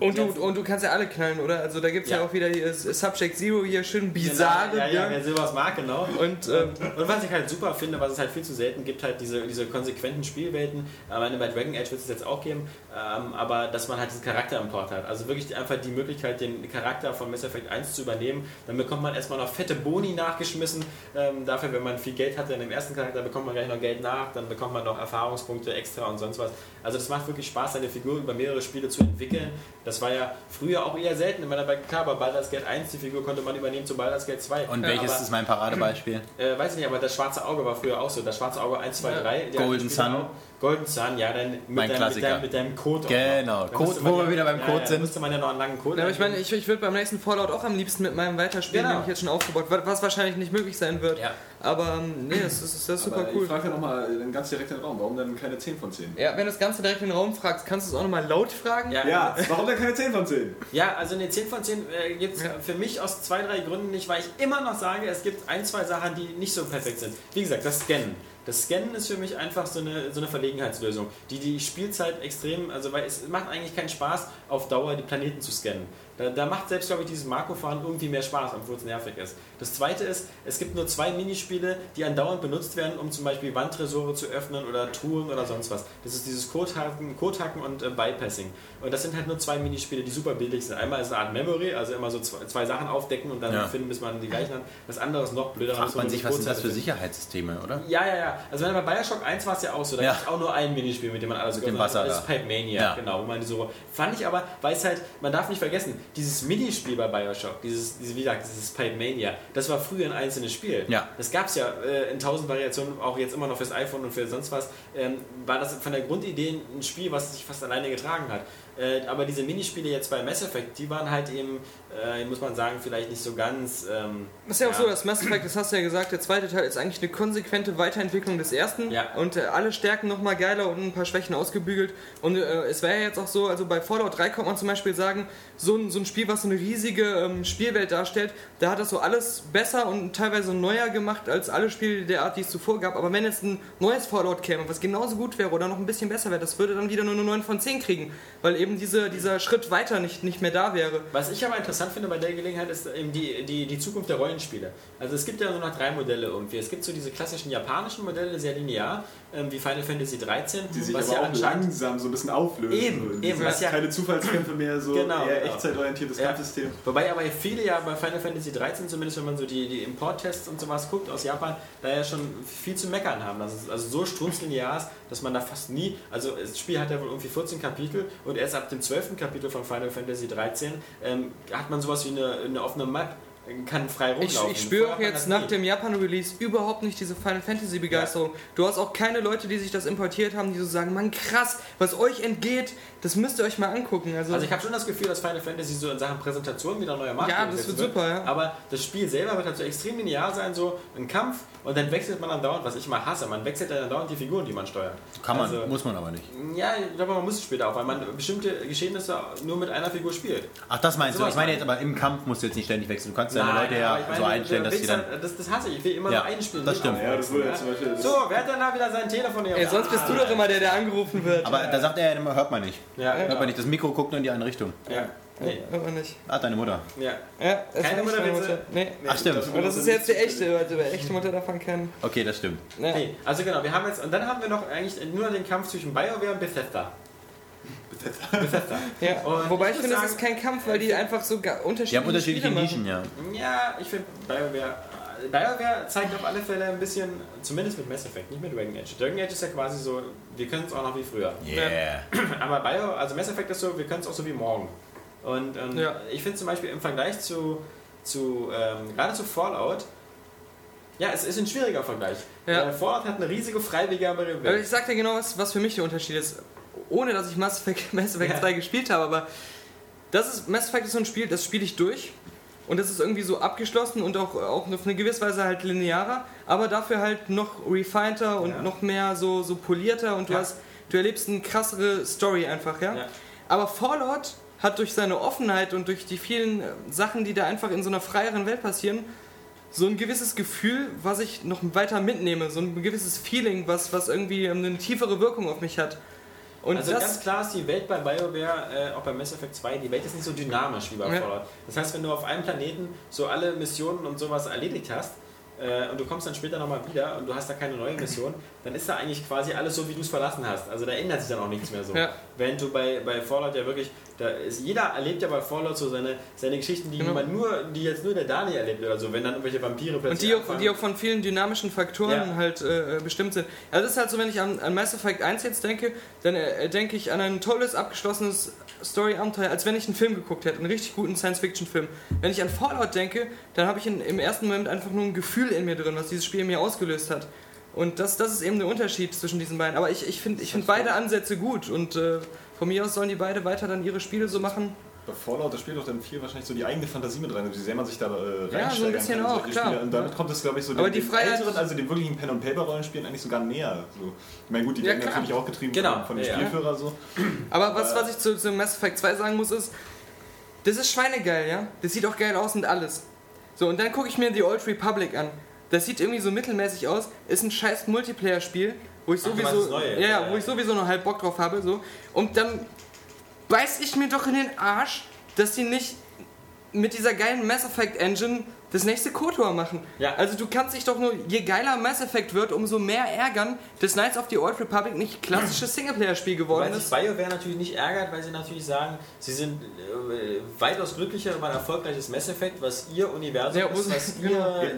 Und die du, ganzen- und du kannst ja alle knallen, oder? Also da gibt es ja. Ja. auch wieder hier, S- Subject Zero hier schön bizarre. Genau, Ja, ja, Birnen. wer sowas mag, genau. Und ähm, Und was ich halt super finde, was es halt viel zu selten gibt, halt diese, diese konsequenten Spielwelten. Ich meine, bei Dragon Age wird es jetzt auch geben, ähm, aber dass man halt diesen Charakterimport hat. Also wirklich die- einfach die Möglichkeit, den Charakter von Mass Effect 1 zu übernehmen. Dann bekommt man erstmal noch fette Boni nachgeschmissen. Ähm, dafür, wenn man viel Geld hatte in dem ersten Charakter, bekommt man gleich noch Geld nach. Dann bekommt man noch Erfahrungspunkte extra und sonst was. Also das macht wirklich Spaß, seine Figur über mehrere Spiele zu entwickeln. Das war ja früher auch eher selten. Ich meine, bei, klar, bei Baldur's Gate 1 die Figur konnte man übernehmen zu Baldur's Gate 2. Und Ja, welches aber- ist mein Paradebeispiel? äh, weiß ich nicht, aber das schwarze Auge war früher auch so. Das schwarze Auge 1, 2, 3. die Golden alten Spiele Sun. auch. Golden Sun, ja, dann mit, Mein deinem, mit, Klassiker. deinem, mit deinem Code. auch Genau, noch. Dann Code, müsste man wo wir wieder beim Code ja, sind. müsste man ja noch einen langen Code Ja, aber ich meine, ich, ich würde beim nächsten Fallout auch am liebsten mit meinem weiterspielen, Genau. den ich jetzt schon aufgebaut habe, was wahrscheinlich nicht möglich sein wird. Ja. Aber ähm, nee, das ist, das ist super Aber cool. Ich frage ja nochmal dann ganz direkt in den Raum, warum dann keine 10 von 10? Ja, wenn du das Ganze direkt in den Raum fragst, kannst du es auch nochmal laut fragen? Ja. Ja, warum dann keine 10 von 10? Ja, also eine 10 von 10 äh, gibt es Ja. für mich aus zwei, drei Gründen nicht, weil ich immer noch sage, es gibt ein, zwei Sachen, die nicht so perfekt sind. Wie gesagt, das Scannen. Das Scannen ist für mich einfach so eine, so eine Verlegenheitslösung, die die Spielzeit extrem, also weil es macht eigentlich keinen Spaß, auf Dauer die Planeten zu scannen. Da, da macht selbst, glaube ich, dieses Marco-Fahren irgendwie mehr Spaß, obwohl es nervig ist. Das zweite ist, es gibt nur zwei Minispiele, die andauernd benutzt werden, um zum Beispiel Wandtresore zu öffnen oder Truhen oder sonst was. Das ist dieses Codehaken, Codehaken und äh, Bypassing. Und das sind halt nur zwei Minispiele, die super billig sind. Einmal ist eine Art Memory, also immer so zwei, zwei Sachen aufdecken und dann Ja. finden, bis man die gleichen hat. Das andere ist noch blöder. Fragt muss man sich, was sind das für Codehaken finden. Sicherheitssysteme, oder? Ja, ja, ja. Also wenn bei Bioshock 1 war es ja auch so, da ne? Ja. gibt's auch nur ein Minispiel, mit dem man alles Mit dem geöffnet hat. Wasser Das ist da. Pipe Mania, Ja. genau, wo man die so. Fand ich aber, weiß halt, man darf nicht vergessen, dieses Minispiel bei Bioshock, dieses, dieses wie gesagt, dieses Pipe Mania, das war früher ein einzelnes Spiel. Ja. Das gab es ja äh, in tausend Variationen, auch jetzt immer noch fürs iPhone und für sonst was. Ähm, war das von der Grundidee ein Spiel, was sich fast alleine getragen hat. Äh, aber diese Minispiele jetzt bei Mass Effect, die waren halt eben, äh, muss man sagen, vielleicht nicht so ganz. Ähm, Ist ja auch so, das Mass Effect, das hast du ja gesagt, der zweite Teil ist eigentlich eine konsequente Weiterentwicklung des ersten Ja. und äh, alle Stärken nochmal geiler und ein paar Schwächen ausgebügelt. Und äh, es wäre ja jetzt auch so, also bei Fallout 3 kommt man zum Beispiel sagen, so ein, so ein Spiel, was so eine riesige ähm, Spielwelt darstellt, da hat das so alles besser und teilweise neuer gemacht als alle Spiele der Art, die es zuvor gab. Aber wenn jetzt ein neues Fallout käme, was genauso gut wäre oder noch ein bisschen besser wäre, das würde dann wieder nur eine 9 von 10 kriegen, weil eben diese, dieser Schritt weiter nicht, nicht mehr da wäre. Was ich aber interessant finde bei der Gelegenheit ist eben die, die, die Zukunft der Rollenspiele. Also es gibt ja nur noch drei Modelle irgendwie. Es gibt so diese klassischen japanischen Modelle, sehr linear, ähm, wie Final Fantasy 13, Die sich was aber ja auch anscheinend langsam so ein bisschen auflösen. Eben, würden. eben, was ja- keine Zufallskämpfe mehr, so Genau, eher genau. echtzeitorientiertes Ja. Kampfsystem. Wobei aber viele ja bei Final Fantasy 13, zumindest wenn man so die, die Importtests und sowas guckt aus Japan, da ja schon viel zu meckern haben. Das ist also so strunzlinear ist, dass man da fast nie, also das Spiel hat ja wohl irgendwie 14 Kapitel und erst ab dem 12. Kapitel von Final Fantasy 13 ähm, hat man sowas wie eine, eine offene Map, kann frei Ich, rumlaufen. ich Vorher spüre auch hat man das jetzt nach nie. dem Japan-Release überhaupt nicht diese Final Fantasy-Begeisterung. Du hast auch keine Leute, die sich das importiert haben, die so sagen, Mann, krass, was euch entgeht, das müsst ihr euch mal angucken. Also, Also ich habe schon das Gefühl, dass Final Fantasy so in Sachen Präsentation wieder neuer Markt Ja, das gesetzt wird super, ja. Aber das Spiel selber wird halt so extrem linear sein, so ein Kampf und dann wechselt man andauernd, was ich mal hasse, man wechselt dann andauernd die Figuren, die man steuert. Kann man, Also, muss man aber nicht. ja, ich glaube, man muss es später auch, weil man bestimmte Geschehnisse nur mit einer Figur spielt. Ach, das meinst du. Sowas Ich meine meine jetzt aber im Kampf musst du jetzt nicht ständig wechseln. Du kannst deine Nein, Leute aber ja ich meine, halt- so einstellen, der dass die dann. Wichser, Das, das hasse ich, ich will immer Ja, nur einen spielen. das stimmt. Ja, das würde ja zum Beispiel. Das So, wer hat denn da wieder sein Telefon hier? ey, sonst bist du doch immer der, der angerufen wird. Aber da sagt er ja immer, hört man nicht. Ja, Hört ja. man nicht. Das Mikro guckt nur in die eine Richtung. ja. Nee, aber nicht. Ah, deine Mutter. ja. Ja, Keine das war nicht meine Mutterwitze. Mutter. Nee. Ach, stimmt. Aber das ist jetzt die echte, also die echte Mutter davon kennen. Okay, das stimmt. Ja. Nee, also genau, wir haben jetzt, und dann haben wir noch eigentlich nur den Kampf zwischen BioWare und Bethesda. Ja. Und Wobei ich ich finde, muss das ist kein Kampf, weil die einfach so ga- Die haben unterschiedliche, unterschiedliche Spiele Nischen, machen. ja. Ja, ich finde BioWare. BioWare zeigt auf alle Fälle ein bisschen, zumindest mit Mass Effect, nicht mit Dragon Age. Dragon Age ist ja quasi so, wir können es auch noch wie früher. Yeah. Aber Bio, also Mass Effect ist so, wir können es auch so wie morgen. Und ähm, Ja. ich finde zum Beispiel im Vergleich zu, zu ähm, gerade zu Fallout, ja, es ist ein schwieriger Vergleich. Ja. Äh, Fallout hat eine riesige freiwilligere Aber Welt. ich sag dir genau, was, was für mich der Unterschied ist. Ohne, dass ich Mass Effect, Mass Effect Ja. 2 gespielt habe, aber das ist, Mass Effect ist so ein Spiel, das spiele ich durch. Und das ist irgendwie so abgeschlossen und auch, auch auf eine gewisse Weise halt linearer, aber dafür halt noch refinter und Ja. noch mehr so, so polierter und du Ja. hast, du erlebst eine krassere Story einfach, ja? Ja. Aber Fallout hat durch seine Offenheit und durch die vielen äh, Sachen, die da einfach in so einer freieren Welt passieren, so ein gewisses Gefühl, was ich noch weiter mitnehme, so ein gewisses Feeling, was, was irgendwie ähm, eine tiefere Wirkung auf mich hat. Und also ganz das, klar ist die Welt bei BioWare, äh, auch bei Mass Effect 2, die Welt ist nicht so dynamisch wie bei Ja. Fallout. Das heißt, wenn du auf einem Planeten so alle Missionen und sowas erledigt hast äh, und du kommst dann später nochmal wieder und du hast da keine neue Mission, dann ist da eigentlich quasi alles so, wie du es verlassen hast. Also da ändert sich dann auch nichts mehr so. Ja. Während du bei, bei Fallout ja wirklich, da ist, jeder erlebt ja bei Fallout so seine, seine Geschichten, die, Genau. man nur, die jetzt nur der Dani erlebt oder so, wenn dann irgendwelche Vampire plötzlich und die auch, anfangen. die auch von vielen dynamischen Faktoren Ja. halt äh, bestimmt sind. Also es ist halt so, wenn ich an, an Mass Effect 1 jetzt denke, dann äh, denke ich an ein tolles, abgeschlossenes Story-Abenteuer, als wenn ich einen Film geguckt hätte, einen richtig guten Science-Fiction-Film. Wenn ich an Fallout denke, dann habe ich in, im ersten Moment einfach nur ein Gefühl in mir drin, was dieses Spiel in mir ausgelöst hat. Und das, das ist eben der Unterschied zwischen diesen beiden. Aber ich, ich finde ich find beide Ansätze gut und äh, von mir aus sollen die beide weiter dann ihre Spiele so machen. Bei Fallout, da spielt doch dann viel wahrscheinlich so die eigene Fantasie mit rein, wie sehr man sich da äh, Ja, so ein bisschen in solche auch, klar. Spiele. Und damit kommt es, glaube ich, so Aber die Freiheit- älteren, also den wirklichen Pen-and-Paper-Rollenspielen eigentlich sogar näher. So. Ich meine, gut, die Ja, werden klar. natürlich auch getrieben Genau, von, von den ja, ja. Spielführern so. Aber was, was ich zu, zu Mass Effect 2 sagen muss, ist, das ist schweinegeil, ja? Das sieht auch geil aus und alles. So, und dann gucke ich mir die Old Republic an. Das sieht irgendwie so mittelmäßig aus, ist ein scheiß Multiplayer-Spiel, wo ich Ach, du meinst das sowieso. Neue? ja, ja, Ja, wo ja. ich sowieso noch halb Bock drauf habe, so. Und dann beiß ich mir doch in den Arsch, dass die nicht mit dieser geilen Mass Effect Engine das nächste KOTOR machen. Ja. Also du kannst dich doch nur, je geiler Mass Effect wird, umso mehr ärgern, dass Knights of the Old Republic nicht klassisches Singleplayer-Spiel geworden Weil ist. sich BioWare natürlich nicht ärgert, weil sie natürlich sagen, sie sind äh, weitaus glücklicher über ein erfolgreiches Mass Effect, was ihr Universum Ja, wo ist, sie- was genau. ihr...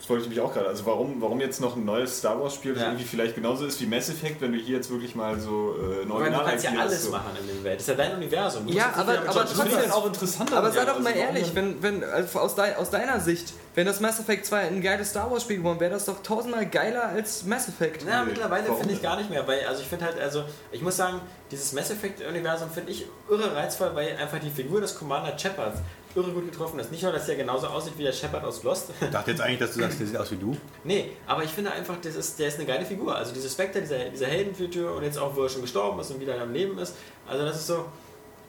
Das wollte ich mich auch gerade. Also warum, warum jetzt noch ein neues Star Wars Spiel, das Ja. irgendwie vielleicht genauso ist wie Mass Effect, wenn du hier jetzt wirklich mal so äh, ein Weil du kannst ja IP hast, alles so. machen in der Welt. Das ist ja dein Universum. Du Ja, musst nicht aber- wieder mit aber John- Das finde ich trotzdem- dann auch also interessant. Aber sei doch mal ehrlich, wenn, wenn, also aus, dein, aus deiner Sicht, wenn das Mass Effect 2 ein geiles Star Wars Spiel geworden wäre, das doch tausendmal geiler als Mass Effect. Na, Nee, mittlerweile warum finde ich denn? gar nicht mehr, weil, also ich finde halt, also ich muss sagen, dieses Mass Effect-Universum finde ich irre reizvoll, weil einfach die Figur des Commander Shepard irre gut getroffen ist. Nicht nur, dass er genauso aussieht wie der Shepard aus Lost, Ich dachte jetzt eigentlich, dass du sagst, der sieht aus wie du. Nee, aber ich finde einfach, das ist, der ist eine geile Figur. Also diese Spectre, dieser, dieser Heldenfigur und jetzt auch, wo er schon gestorben ist und wieder am Leben ist. Also das ist so,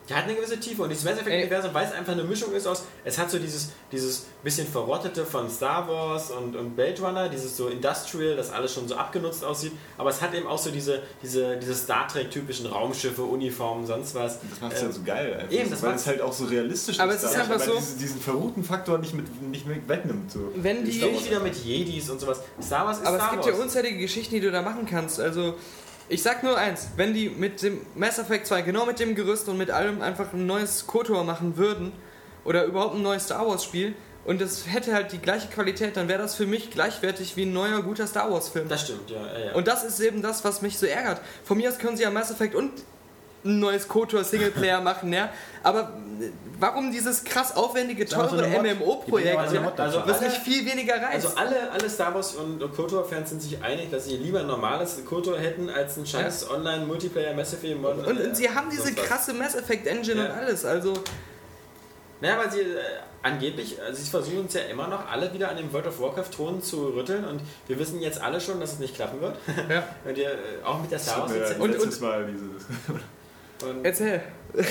der hat eine gewisse Tiefe. Und dieses Mass Ey. Effect-Universum, weil es einfach eine Mischung ist aus, es hat so dieses, dieses bisschen Verrottete von Star Wars und, und Blade Runner, dieses so Industrial, das alles schon so abgenutzt aussieht. Aber es hat eben auch so diese, diese, diese Star Trek-typischen Raumschiffe, Uniformen, sonst was. Das macht es ja so geil. Einfach. eben, das weil macht's- es halt auch so realistisch Aber es dadurch, ist einfach weil so- Diesen, diesen verruhten Faktor nicht mit, nicht mit wegnimmt. So. Wenn die- Star Ähnlich Wars- wieder mit Jedis und sowas. Star Wars ist Aber es Star gibt Wars. ja unzählige Geschichten, die du da machen kannst. Also, ich sag nur eins: Wenn die mit dem Mass Effect 2 genau mit dem Gerüst und mit allem einfach ein neues KOTOR machen würden oder überhaupt ein neues Star Wars Spiel und das hätte halt die gleiche Qualität, dann wäre das für mich gleichwertig wie ein neuer guter Star Wars Film. das stimmt, ja. ja, ja. Und das ist eben das, was mich so ärgert. Von mir aus können sie ja Mass Effect und ein neues KOTOR Singleplayer machen, ja. Aber äh, warum dieses krass aufwendige, ist einfach so teure eine Mod. Die bringen MMO-Projekt, also eine Mod also dazu. was alle- mich viel weniger reizt? Also alle, alle Star Wars und KOTOR-Fans sind sich einig, dass sie lieber ein normales KOTOR hätten, als ein scheiß Online-Multiplayer äh, Massive Mod. und, und sie haben diese sonst was. krasse Mass Effect Engine Ja. und alles, also Naja, weil sie äh, angeblich, also sie versuchen uns ja immer noch alle wieder an dem World of Warcraft-Thron zu rütteln und wir wissen jetzt alle schon, dass es nicht klappen wird. Ja. und ihr, äh, auch mit der Star Ja, Wars-Lizenz. Und- letztes und- Mal dieses. Und- erzähl.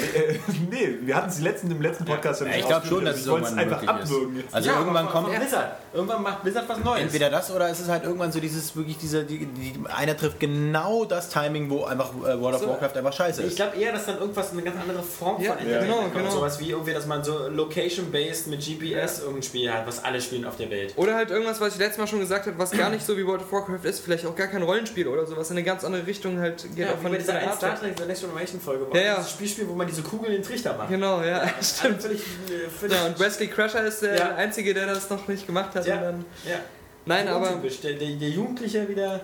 nee, wir hatten es letzten, im letzten Podcast Ja, ich glaube schon, dass es wir es irgendwann einfach möglich ist. abwürgen. jetzt. Also Ja, irgendwann aber kommt von Blizzard. Irgendwann macht Blizzard was Neues. entweder das oder es ist halt irgendwann so dieses wirklich dieser die, die, einer trifft genau das Timing, wo einfach äh, World of So. Warcraft einfach scheiße Ich ist. glaube eher, dass dann irgendwas eine ganz andere Form Ja, von Entertainment genau, kommt. genau. Sowas wie irgendwie, dass man so Location-based mit GPS irgendein Spiel hat, was alle spielen auf der Welt. Oder halt irgendwas, was ich letztes Mal schon gesagt habe, was gar nicht so wie World of Warcraft ist, vielleicht auch gar kein Rollenspiel oder sowas, in eine ganz andere Richtung halt geht Ja, auch wie von bei dieser von der einen Star Art. Trek The Next Generation Folge war. Ja, ja. Das Spielspiel, wo man diese Kugel in den Trichter macht. Genau, ja, stimmt. Also völlig, äh, völlig Ja, und Wesley Crusher ist der Ja. Einzige, der das noch nicht gemacht hat. Ja. Und dann, ja. nein, aber Untypisch. Der, der, der Jugendliche wieder.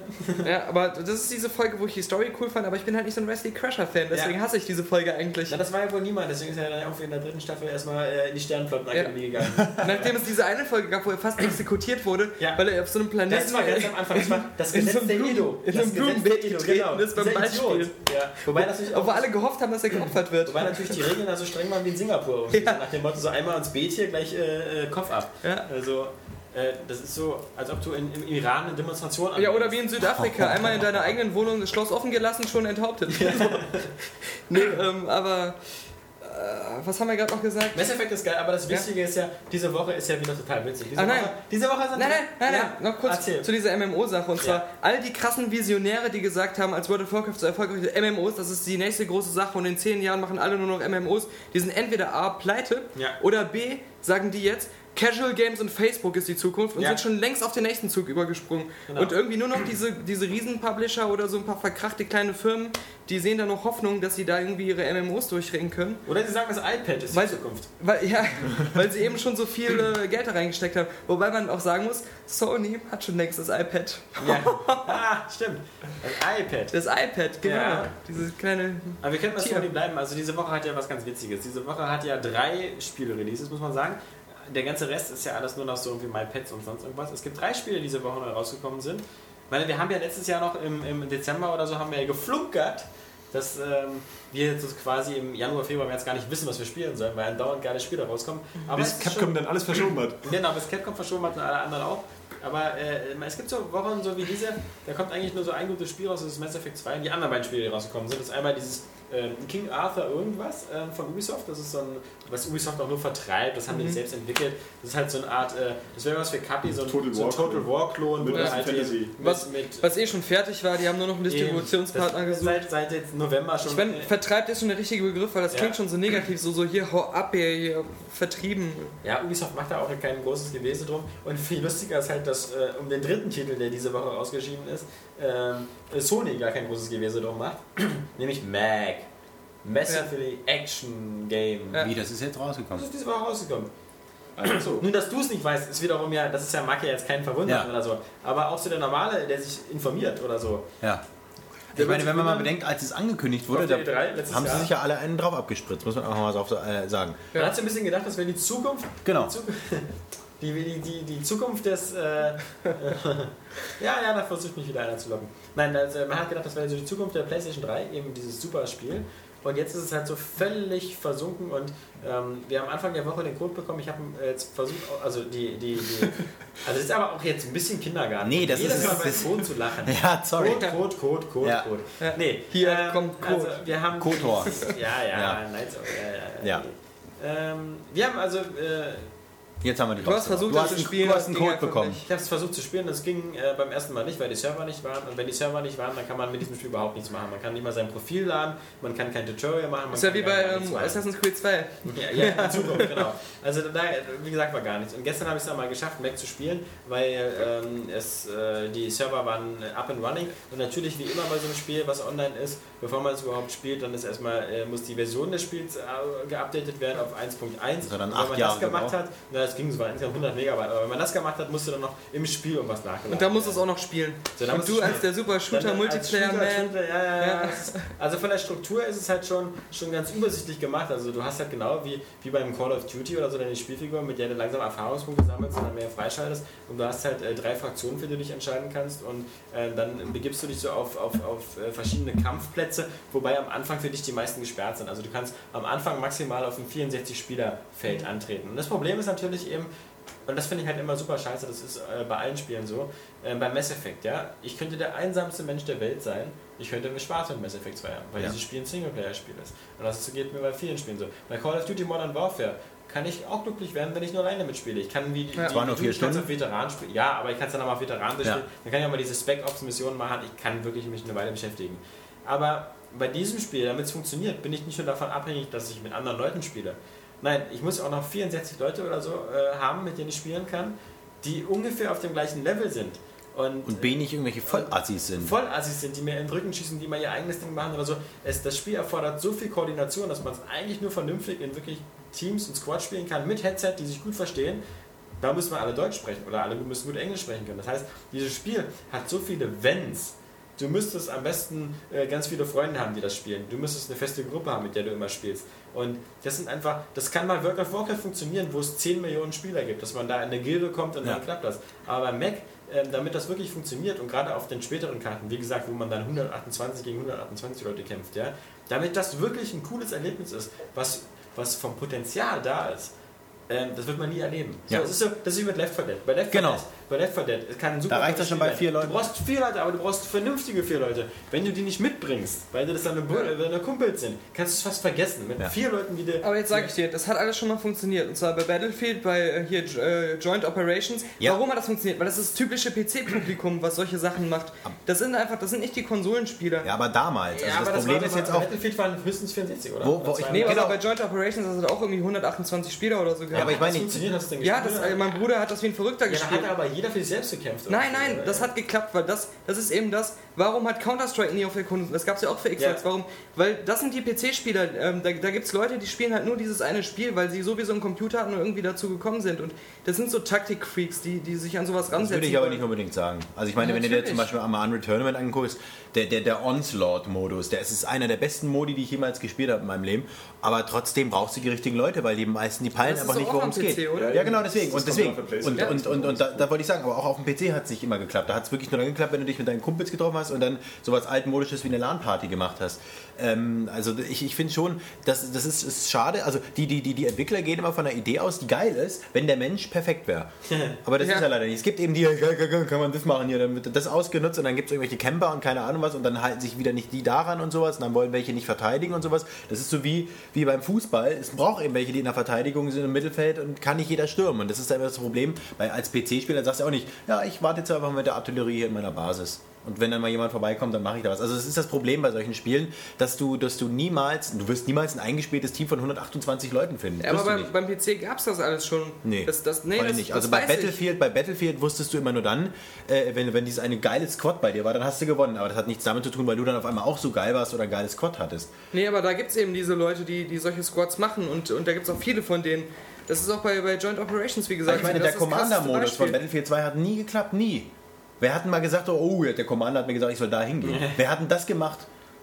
Ja, aber das ist diese Folge, wo ich die Story cool fand, aber ich bin halt nicht so ein Wesley Crusher-Fan, deswegen Ja. hasse ich diese Folge eigentlich. Na, das war ja wohl niemand, deswegen ist er dann auch in der dritten Staffel erstmal äh, in die Sternflottenakademie gegangen. Nachdem es diese eine Folge gab, wo er fast exekutiert wurde, Ja. weil er auf so einem Planeten Das war ganz am Anfang. Das war das In so Gesetz einem der Blumen- Edo. in so Das einem Gesetz Blumenbeet der Edo, getreten genau. ist beim Dieser Beispiel. Idiot. Ja. Wobei natürlich auch obwohl alle gehofft haben, dass er geopfert wird. Wobei natürlich die Regeln da so streng waren wie in Singapur. irgendwie. Ja. Nach dem Motto, so einmal ins Beet hier gleich äh, äh, Kopf ab. Ja. Also, äh, das ist so, als ob du in, im Iran eine Demonstration Ja, anhältst. oder wie in Oh, Südafrika, einmal in deiner eigenen Wohnung das Schloss offen gelassen, schon enthauptet. nee, ähm, aber äh, was haben wir gerade noch gesagt? Mass Effect ist geil, aber das Wichtige ist ja, diese Woche ist ja wieder total witzig. Diese Ah, nein. Woche, diese Woche sind Nein, nein, nein, Ja, nein. Noch kurz Erzähl. zu dieser MMO-Sache. Und zwar Ja. all die krassen Visionäre, die gesagt haben, als World of Warcraft so erfolgreich ist, MMOs, das ist die nächste große Sache und in zehn Jahren machen alle nur noch MMOs. Die sind entweder A, pleite Ja. oder B, sagen die jetzt, Casual Games und Facebook ist die Zukunft und Ja. sind schon längst auf den nächsten Zug übergesprungen. Genau. Und irgendwie nur noch diese, diese Riesen-Publisher oder so ein paar verkrachte kleine Firmen, die sehen da noch Hoffnung, dass sie da irgendwie ihre MMOs durchringen können. Oder sie sagen, das iPad ist Weil- die Zukunft. Weil, ja, weil sie eben schon so viel äh, Geld da reingesteckt haben. Wobei man auch sagen muss, Sony hat schon längst das iPad. Ja. ah, stimmt. Das iPad. Das iPad, genau. Ja. Dieses kleine. Aber wir können bei Tja. Sony bleiben. Also diese Woche hat ja was ganz Witziges. Diese Woche hat ja drei Spiele-Releases, muss man sagen. Der ganze Rest ist ja alles nur noch so irgendwie MyPets und sonst irgendwas. Es gibt drei Spiele, die diese Woche neu rausgekommen sind. Ich meine, wir haben ja letztes Jahr noch im, im Dezember oder so haben wir ja geflunkert, dass ähm, wir jetzt so quasi im Januar, Februar, März gar nicht wissen, was wir spielen sollen, weil dauernd geile Spiele rauskommen. Aber es Bis ist Capcom dann alles verschoben hat. schon, genau, bis Capcom verschoben hat und alle anderen auch. Aber äh, es gibt so Wochen so wie diese, da kommt eigentlich nur so ein gutes Spiel raus, das ist Mass Effect 2 und die anderen beiden Spiele, die rausgekommen sind. Das ist einmal dieses ähm, King Arthur irgendwas ähm, von Ubisoft, das ist so ein, was Ubisoft auch nur vertreibt, das haben Mhm. die nicht selbst entwickelt. Das ist halt so eine Art, äh, das wäre was für Kapi, so ein Total so ein War Total War-Klon, Mit wo du Final halt Fantasy. eben mit, Was- mit Was eh schon fertig war, die haben nur noch einen Distributionspartner Eben, das- gesucht. Seit, seit jetzt November schon. äh, Ich meine, vertreibt ist schon der richtige Begriff, weil das Ja. klingt schon so negativ, so, so hier, hau ab, hier, hier vertrieben. ja, Ubisoft macht da auch kein großes Gewese drum. Und viel lustiger ist halt, dass äh, um den dritten Titel, der diese Woche rausgeschieden ist, ähm, äh, Sony gar kein großes Gewese drum macht. Nämlich Mag. Massively Action Game. Ja. Wie, das ist jetzt Das rausgekommen. ist diese Woche rausgekommen. Also, Nun, dass du es nicht weißt, ist wiederum ja, das ist ja mag ja jetzt keinen verwundern Ja. oder so. Aber auch so der Normale, der sich informiert oder so. Ja. Der Ich meine, wird wenn man mal sich bedenkt, als es angekündigt Auf wurde, der da E3 letztes haben sie Jahr. sich ja alle einen drauf abgespritzt, muss man auch mal so auf, äh, sagen. Ja. Man hat so ein bisschen gedacht, dass wenn die Zukunft Genau. Zu- Die, die, die, die Zukunft des. Äh, ja, ja, da versucht mich wieder einer zu locken. Nein, also man hat gedacht, das wäre so die Zukunft der PlayStation 3, eben dieses super Spiel. Und jetzt ist es halt so völlig versunken und ähm, wir haben Anfang der Woche den Code bekommen. Ich habe äh, jetzt versucht, also die, die, die. Also es ist aber auch jetzt ein bisschen Kindergarten. Nee, das Jedes ist- Mal bei das- Code zu lachen. Ja, sorry. Code, Code, Code, Code, Ja. Code. Ja. Nee, Hier kommt Also Code. wir haben Kotor. Ja, ja, Ja. Nein, so, ja, ja. Ja. ja. Ähm, wir haben also. Äh, Jetzt haben wir die Du hast rausgebracht. versucht, du das hast, zu einen- spielen, du hast einen das ging Code einfach bekommen. nicht. Ich habe es versucht zu spielen, das ging äh, beim ersten Mal nicht, weil die Server nicht waren. Und wenn die Server nicht waren, dann kann man mit diesem Spiel überhaupt nichts machen. Man kann nicht mal sein Profil laden, man kann kein Tutorial machen. Man Ist ja kann wie bei gar nichts ähm, machen. Assassin's Creed 2. Ja, ja, in Zukunft, genau. Also da, wie gesagt, war gar nichts. Und gestern habe ich es dann mal geschafft, Mac zu spielen, weil ähm, es, äh, die Server waren äh, up and running. Und natürlich, wie immer bei so einem Spiel, was online ist, bevor man es überhaupt spielt, dann ist erstmal, äh, muss die Version des Spiels äh, geupdatet werden auf 1.1. Also dann Und acht Wenn man Jahre das gemacht gebraucht. hat, na, das ging zwar insgesamt 100 Megabyte, aber wenn man das gemacht hat, musste dann noch im Spiel irgendwas nachgeladen Und da musst du es werden. auch noch spielen. So, da Und musst du du als spielen. der super Shooter, Dann als Shooter, Multiplayer-Man. Shooter, ja, ja, ja. Ja. Das ist- Also von der Struktur ist es halt schon, schon ganz übersichtlich gemacht. Also du hast halt genau wie, wie beim Call of Duty oder so deine Spielfigur, mit der du langsam Erfahrungspunkte sammelst und dann mehr freischaltest. Und du hast halt äh, drei Fraktionen, für die du dich entscheiden kannst. Und äh, dann begibst du dich so auf, auf, auf äh, verschiedene Kampfplätze, wobei am Anfang für dich die meisten gesperrt sind. Also du kannst am Anfang maximal auf ein 64-Spieler-Feld antreten. Und das Problem ist natürlich eben, und das finde ich halt immer super scheiße, das ist äh, bei allen Spielen so. Äh, bei Mass Effect, ja. Ich könnte der einsamste Mensch der Welt sein. Ich könnte mir Spaß mit Mass Effect 2 haben, weil Ja. dieses Spiel ein Singleplayer-Spiel ist. Und das geht mir bei vielen Spielen so. Bei Call of Duty Modern Warfare kann ich auch glücklich werden, wenn ich nur alleine mitspiele. Ich kann wie die, Ja. die, Es waren wie nur du, vier ich kann's Stunden. auf Veteran spielen. Ja, aber ich kann es dann nochmal auf Veteran spielen. Ja. Dann kann ich auch mal diese Spec Ops Missionen machen. Ich kann wirklich mich eine Weile beschäftigen. Aber bei diesem Spiel, damit es funktioniert, bin ich nicht nur davon abhängig, dass ich mit anderen Leuten spiele. Nein, ich muss auch noch 64 Leute oder so äh, haben, mit denen ich spielen kann, die ungefähr auf dem gleichen Level sind. Und, Und B, nicht irgendwelche Vollassis sind. Vollassis sind, die mir in den Rücken schießen, die mal ihr eigenes Ding machen oder so. Es, das Spiel erfordert so viel Koordination, dass man es eigentlich nur vernünftig in wirklich Teams und Squad spielen kann, mit Headset, die sich gut verstehen. Da müssen wir alle Deutsch sprechen oder alle müssen gut Englisch sprechen können. Das heißt, dieses Spiel hat so viele Wenns. Du müsstest am besten äh, ganz viele Freunde haben, die das spielen. Du müsstest eine feste Gruppe haben, mit der du immer spielst. Und das sind einfach, das kann bei World of Warcraft funktionieren, wo es 10 Millionen Spieler gibt, dass man da in eine Gilde kommt und Ja. dann klappt das. Aber bei Mac, ähm, damit das wirklich funktioniert und gerade auf den späteren Karten, wie gesagt, wo man dann 128 gegen 128 Leute kämpft, ja, damit das wirklich ein cooles Erlebnis ist, was, was vom Potenzial da ist. Ähm, das wird man nie erleben. So, Ja. das, ist so, das ist wie mit Left 4 Dead. Bei Left 4 Genau. Dead, bei Left 4 Dead es kann ein super Da reicht das schon bei Spiel vier werden. Leuten. Du brauchst vier Leute, aber du brauchst vernünftige vier Leute. Wenn du die nicht mitbringst, weil das deine, Bu- äh, deine Kumpels sind, kannst du es fast vergessen. Mit Ja. vier Leuten, die dir. Aber jetzt sage ich dir, das hat alles schon mal funktioniert. Und zwar bei Battlefield, bei äh, hier äh, Joint Operations. Ja. Warum hat das funktioniert? Weil das ist das typische PC-Publikum, was solche Sachen macht. Das sind einfach, das sind nicht die Konsolenspieler. Ja, aber damals. Ja, also das, aber Problem war- ist jetzt bei auch. Battlefield waren höchstens 64, oder? Wo- wo Oder ich- zwei- Nee, Genau. aber bei Joint Operations das hat auch irgendwie 128 Spieler oder so Ja, aber gehabt. ich meine, das funktioniert das Ding Ja, gespielt? das, äh, mein Bruder hat das wie ein Verrückter ja, da gespielt. hat aber jeder für sich selbst gekämpft. oder? Nein, nein, das hat geklappt, weil das, das ist eben das, warum hat Counter-Strike nie auf der Kunden, das gab es ja auch für Xbox, Ja. warum? Weil das sind die PC-Spieler, ähm, da, da gibt es Leute, die spielen halt nur dieses eine Spiel, weil sie sowieso einen Computer hatten und irgendwie dazu gekommen sind und das sind so Taktik-Freaks, die, die sich an sowas Das ransetzen. würde ich aber wollen. nicht unbedingt sagen. Also ich meine, wenn du dir Natürlich. zum Beispiel einmal Unreal Tournament anguckst, der, der, der Onslaught-Modus, der ist, ist einer der besten Modi, die ich jemals gespielt habe in meinem Leben. Aber trotzdem brauchst du die richtigen Leute, weil die meisten, die peilen Das ist einfach doch nicht, auch worum am es PC, geht. oder? Ja, genau, deswegen. Das Und kommt deswegen. auf der Und, PlayStation. und, und, und da, da wollte ich nicht sagen, aber auch auf dem PC hat es nicht immer geklappt. Da hat es wirklich nur dann geklappt, wenn du dich mit deinen Kumpels getroffen hast und dann sowas altmodisches wie eine LAN-Party gemacht hast. Ähm, also ich, ich finde schon, das, das ist, ist schade. Also die, die, die, die Entwickler gehen immer von einer Idee aus, die geil ist, wenn der Mensch perfekt wäre. Aber das Ja. ist ja leider nicht. Es gibt eben die, ja, geil, geil, geil, kann man das machen hier, dann wird das ausgenutzt und dann gibt es irgendwelche Camper und keine Ahnung was und dann halten sich wieder nicht die daran und sowas und dann wollen welche nicht verteidigen und sowas. Das ist so wie, wie beim Fußball. Es braucht eben welche, die in der Verteidigung sind im Mittelfeld und kann nicht jeder stürmen. Und das ist dann immer das Problem, weil als PC-Spieler sagst du auch nicht, ja, ich warte jetzt einfach mal mit der Artillerie hier in meiner Basis. Und wenn dann mal jemand vorbeikommt, dann mache ich da was. Also es ist das Problem bei solchen Spielen, dass du, dass du niemals, du wirst niemals ein eingespieltes Team von 128 Leuten finden. Ja, Wirst aber du beim, nicht. beim PC gab es das alles schon. Nee, das, das, nee, voll das, nicht. das Also bei weiß ich. Battlefield, bei Battlefield wusstest du immer nur dann, äh, wenn, wenn dieses eine geile Squad bei dir war, dann hast du gewonnen. Aber das hat nichts damit zu tun, weil du dann auf einmal auch so geil warst oder ein geiles Squad hattest. Nee, aber da gibt es eben diese Leute, die, die solche Squads machen und, und da gibt es auch viele von denen. Das ist auch bei, bei Joint Operations, wie gesagt. ich meine, das der ist das krasseste Commander-Modus von Beispiel. Battlefield 2 hat nie geklappt, nie. Wer hat denn mal gesagt, oh, oh, der Commander hat mir gesagt, ich soll da hingehen. Wer hat denn das gemacht?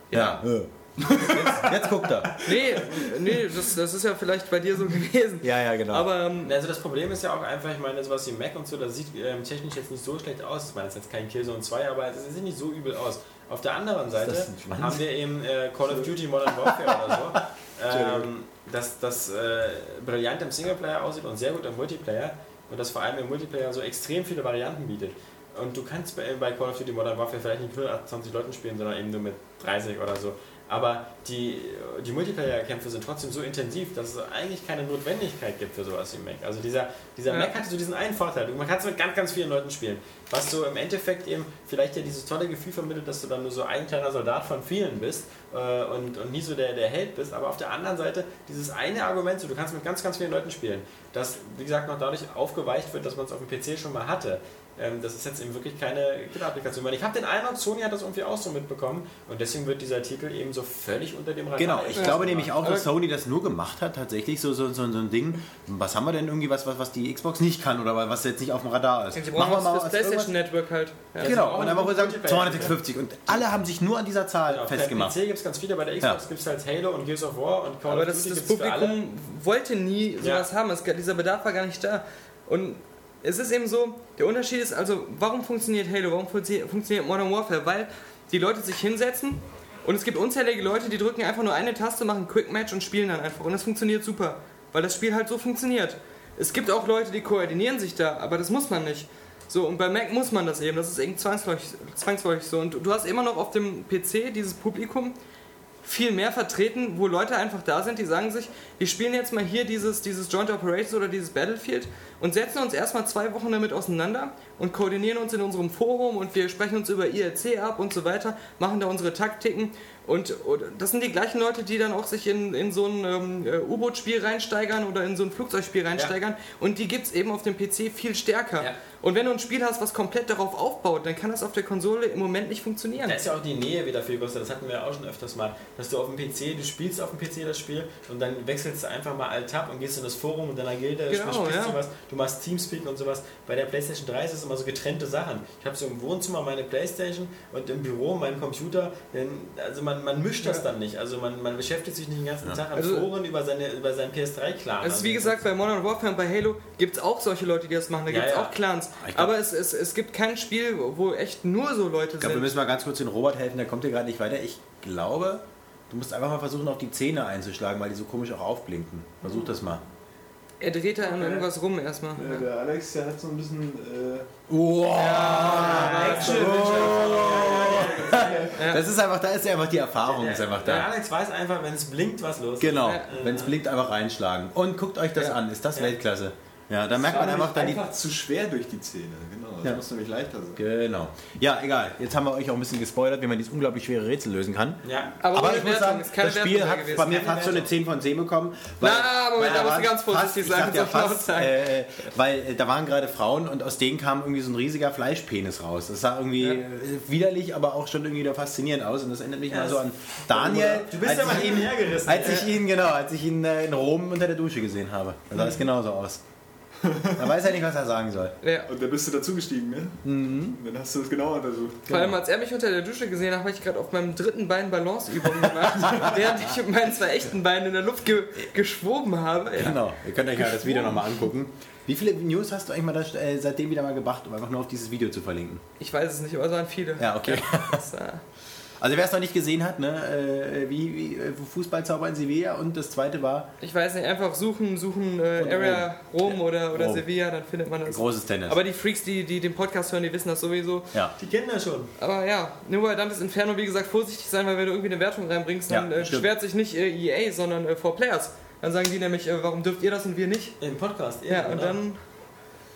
Ja. äh. Jetzt, jetzt guckt er. Nee, nee das, das ist ja vielleicht bei dir so gewesen. Ja, ja, genau. Aber ähm, Also das Problem ist ja auch einfach, ich meine, sowas wie Mac und so, das sieht ähm, technisch jetzt nicht so schlecht aus. Ich meine, es ist jetzt kein Killzone 2, aber es sieht nicht so übel aus. Auf der anderen Seite das ein Schwanz? haben wir eben äh, Call of Duty Modern Warfare oder so, ähm, dass das äh, brillant im Singleplayer aussieht und sehr gut im Multiplayer und das vor allem im Multiplayer so extrem viele Varianten bietet. Und du kannst bei, bei Call of Duty Modern Warfare vielleicht nicht mit 128 Leuten spielen, sondern eben nur mit 30 oder so. Aber die, die Multiplayer-Kämpfe sind trotzdem so intensiv, dass es eigentlich keine Notwendigkeit gibt für sowas wie Mac. Also dieser, dieser Ja. Mac hatte so diesen einen Vorteil. Du- Man kann es mit ganz, ganz vielen Leuten spielen. Was so im Endeffekt eben vielleicht ja dieses tolle Gefühl vermittelt, dass du dann nur so ein kleiner Soldat von vielen bist äh, und, und nie so der, der Held bist. Aber auf der anderen Seite dieses eine Argument, so, du kannst mit ganz, ganz vielen Leuten spielen, das, wie gesagt, noch dadurch aufgeweicht wird, dass man es auf dem PC schon mal hatte. Ähm, das ist jetzt eben wirklich keine Killer-Applikation. Weil Ich habe den Eindruck, Sony hat das irgendwie auch so mitbekommen und deswegen wird dieser Titel eben so völlig unter dem Radar. Genau, ich glaube nämlich auch, dass Aber- Sony das nur gemacht hat, tatsächlich so, so, so, so ein Ding. Was haben wir denn irgendwie, was, was, was die Xbox nicht kann oder was jetzt nicht auf dem Radar ist? sie brauchen das fürs PlayStation irgendwas- Network halt. Ja. Genau, und brauchen dann wollen wir sagen Multiplayer. 256 und alle haben sich nur an dieser Zahl Auf festgemacht. der PC gibt es ganz viele, bei der Xbox Ja. gibt es halt Halo und Gears of War und Call Aber of das, Duty das gibt's für alle. Publikum wollte nie sowas haben. Es, dieser Bedarf war gar nicht da. Und es ist eben so, der Unterschied ist also, warum funktioniert Halo, warum funzi- funktioniert Modern Warfare? Weil die Leute sich hinsetzen und es gibt unzählige Leute, die drücken einfach nur eine Taste, machen Quick Match und spielen dann einfach. Und das funktioniert super, weil das Spiel halt so funktioniert. Es gibt auch Leute, die koordinieren sich da, aber das muss man nicht. So, und bei Mac muss man das eben, das ist eben zwangsläufig, zwangsläufig so. Und du- du hast immer noch auf dem PC dieses Publikum, viel mehr vertreten, wo Leute einfach da sind, die sagen sich, wir spielen jetzt mal hier dieses, dieses Joint Operations oder dieses Battlefield und setzen uns erstmal zwei Wochen damit auseinander und koordinieren uns in unserem Forum und wir sprechen uns über IRC ab und so weiter, machen da unsere Taktiken und, und das sind die gleichen Leute, die dann auch sich in, in so ein ähm, äh, U-Boot-Spiel reinsteigern oder in so ein Flugzeugspiel reinsteigern und die gibt es eben auf dem PC viel stärker. Ja. Und wenn du ein Spiel hast, was komplett darauf aufbaut, dann kann das auf der Konsole im Moment nicht funktionieren. Da ist ja auch die Nähe wieder viel größer, das hatten wir ja auch schon öfters mal. Dass du auf dem PC, du spielst auf dem PC das Spiel und dann wechselst du einfach mal Alt-Tab und gehst in das Forum und deiner Gilde Genau, spielst ja. du was, du machst Teamspeak und sowas. Bei der PlayStation 3 ist es immer so getrennte Sachen. Ich habe so im Wohnzimmer meine PlayStation und im Büro meinen Computer. Denn, also man, man mischt das dann nicht. Also man, man beschäftigt sich nicht den ganzen Tag am Also- Foren über, seine, über seinen PS3-Clan. Also wie gesagt, bei Modern Warfare und bei Halo gibt es auch solche Leute, die das machen. Da Ja, gibt es ja. auch Clans. Ich glaub- Aber es, es, es gibt kein Spiel, wo echt nur so Leute Ich glaube, wir sind. müssen mal ganz kurz den Robert helfen, der kommt hier gerade nicht weiter. Ich glaube, du musst einfach mal versuchen, auf die Zähne einzuschlagen, weil die so komisch auch aufblinken. Versuch das mal. Er dreht da an irgendwas rum erstmal. Ja, der Alex, der hat so ein bisschen. Äh, Das ist einfach, da ist ja einfach die Erfahrung, ist einfach der da. Alex weiß einfach, wenn es blinkt, was los ist. Genau, Ja. wenn es blinkt, einfach reinschlagen. Und guckt euch das an, ist das Weltklasse. Ja, da merkt man einfach dann die. einfach zu schwer durch die Zähne. Genau, das Ja. muss nämlich leichter sein. Genau. Ja, egal. Jetzt haben wir euch auch ein bisschen gespoilert, wie man dieses unglaublich schwere Rätsel lösen kann. Ja. Aber, Aber ohne ich muss Wertung, sagen, ist keine das Spiel Wertung mehr hat bei mir Keine fast schon eine Wertung. 10 von 10 bekommen. Na, Moment, da musst du waren ganz vorsichtig fast- ich sein, sag ja so schlau fast, sein. äh, Weil äh, da waren gerade Frauen und aus denen kam irgendwie so ein riesiger Fleischpenis raus. Das sah irgendwie Ja. äh, widerlich, aber auch schon irgendwie wieder faszinierend aus. Und das erinnert mich mal so an Daniel, Du bist als, aber ich eben ihn, hergerissen. als ich ihn, genau, als ich ihn äh, in Rom unter der Dusche gesehen habe. Da sah es genauso aus. Er weiß ja nicht, was er sagen soll. Ja. Und da bist du dazugestiegen, ne? Mhm. Und dann hast du das genauer untersucht. Vor allem, als er mich unter der Dusche gesehen hat, habe ich gerade auf meinem dritten Bein Balanceübungen gemacht, während ich mit meinen zwei echten Beinen in der Luft ge geschwoben habe. Ja. Genau, ihr könnt euch ja das Video nochmal angucken. Wie viele News hast du eigentlich mal das, äh, seitdem wieder mal gebracht, um einfach nur auf dieses Video zu verlinken? Ich weiß es nicht, aber es waren viele. Ja, okay. Das, äh, Also wer es noch nicht gesehen hat, ne, äh, wie, wie äh, Fußballzauber in Sevilla und das zweite war ich weiß nicht, einfach suchen, suchen äh, Und Area Rom, oder, oder Rom. Sevilla, dann findet man das. großes Tennis. Aber die Freaks, die, die den Podcast hören, die wissen das sowieso. ja. Die kennen das schon. Aber ja, nur bei Dantes Inferno, wie gesagt, vorsichtig sein, weil wenn du irgendwie eine Wertung reinbringst, dann Ja, äh, stimmt. beschwert sich nicht äh, EA, sondern äh, 4Players. Dann sagen die nämlich, äh, warum dürft ihr das und wir nicht? Im Podcast. Ja, und dann...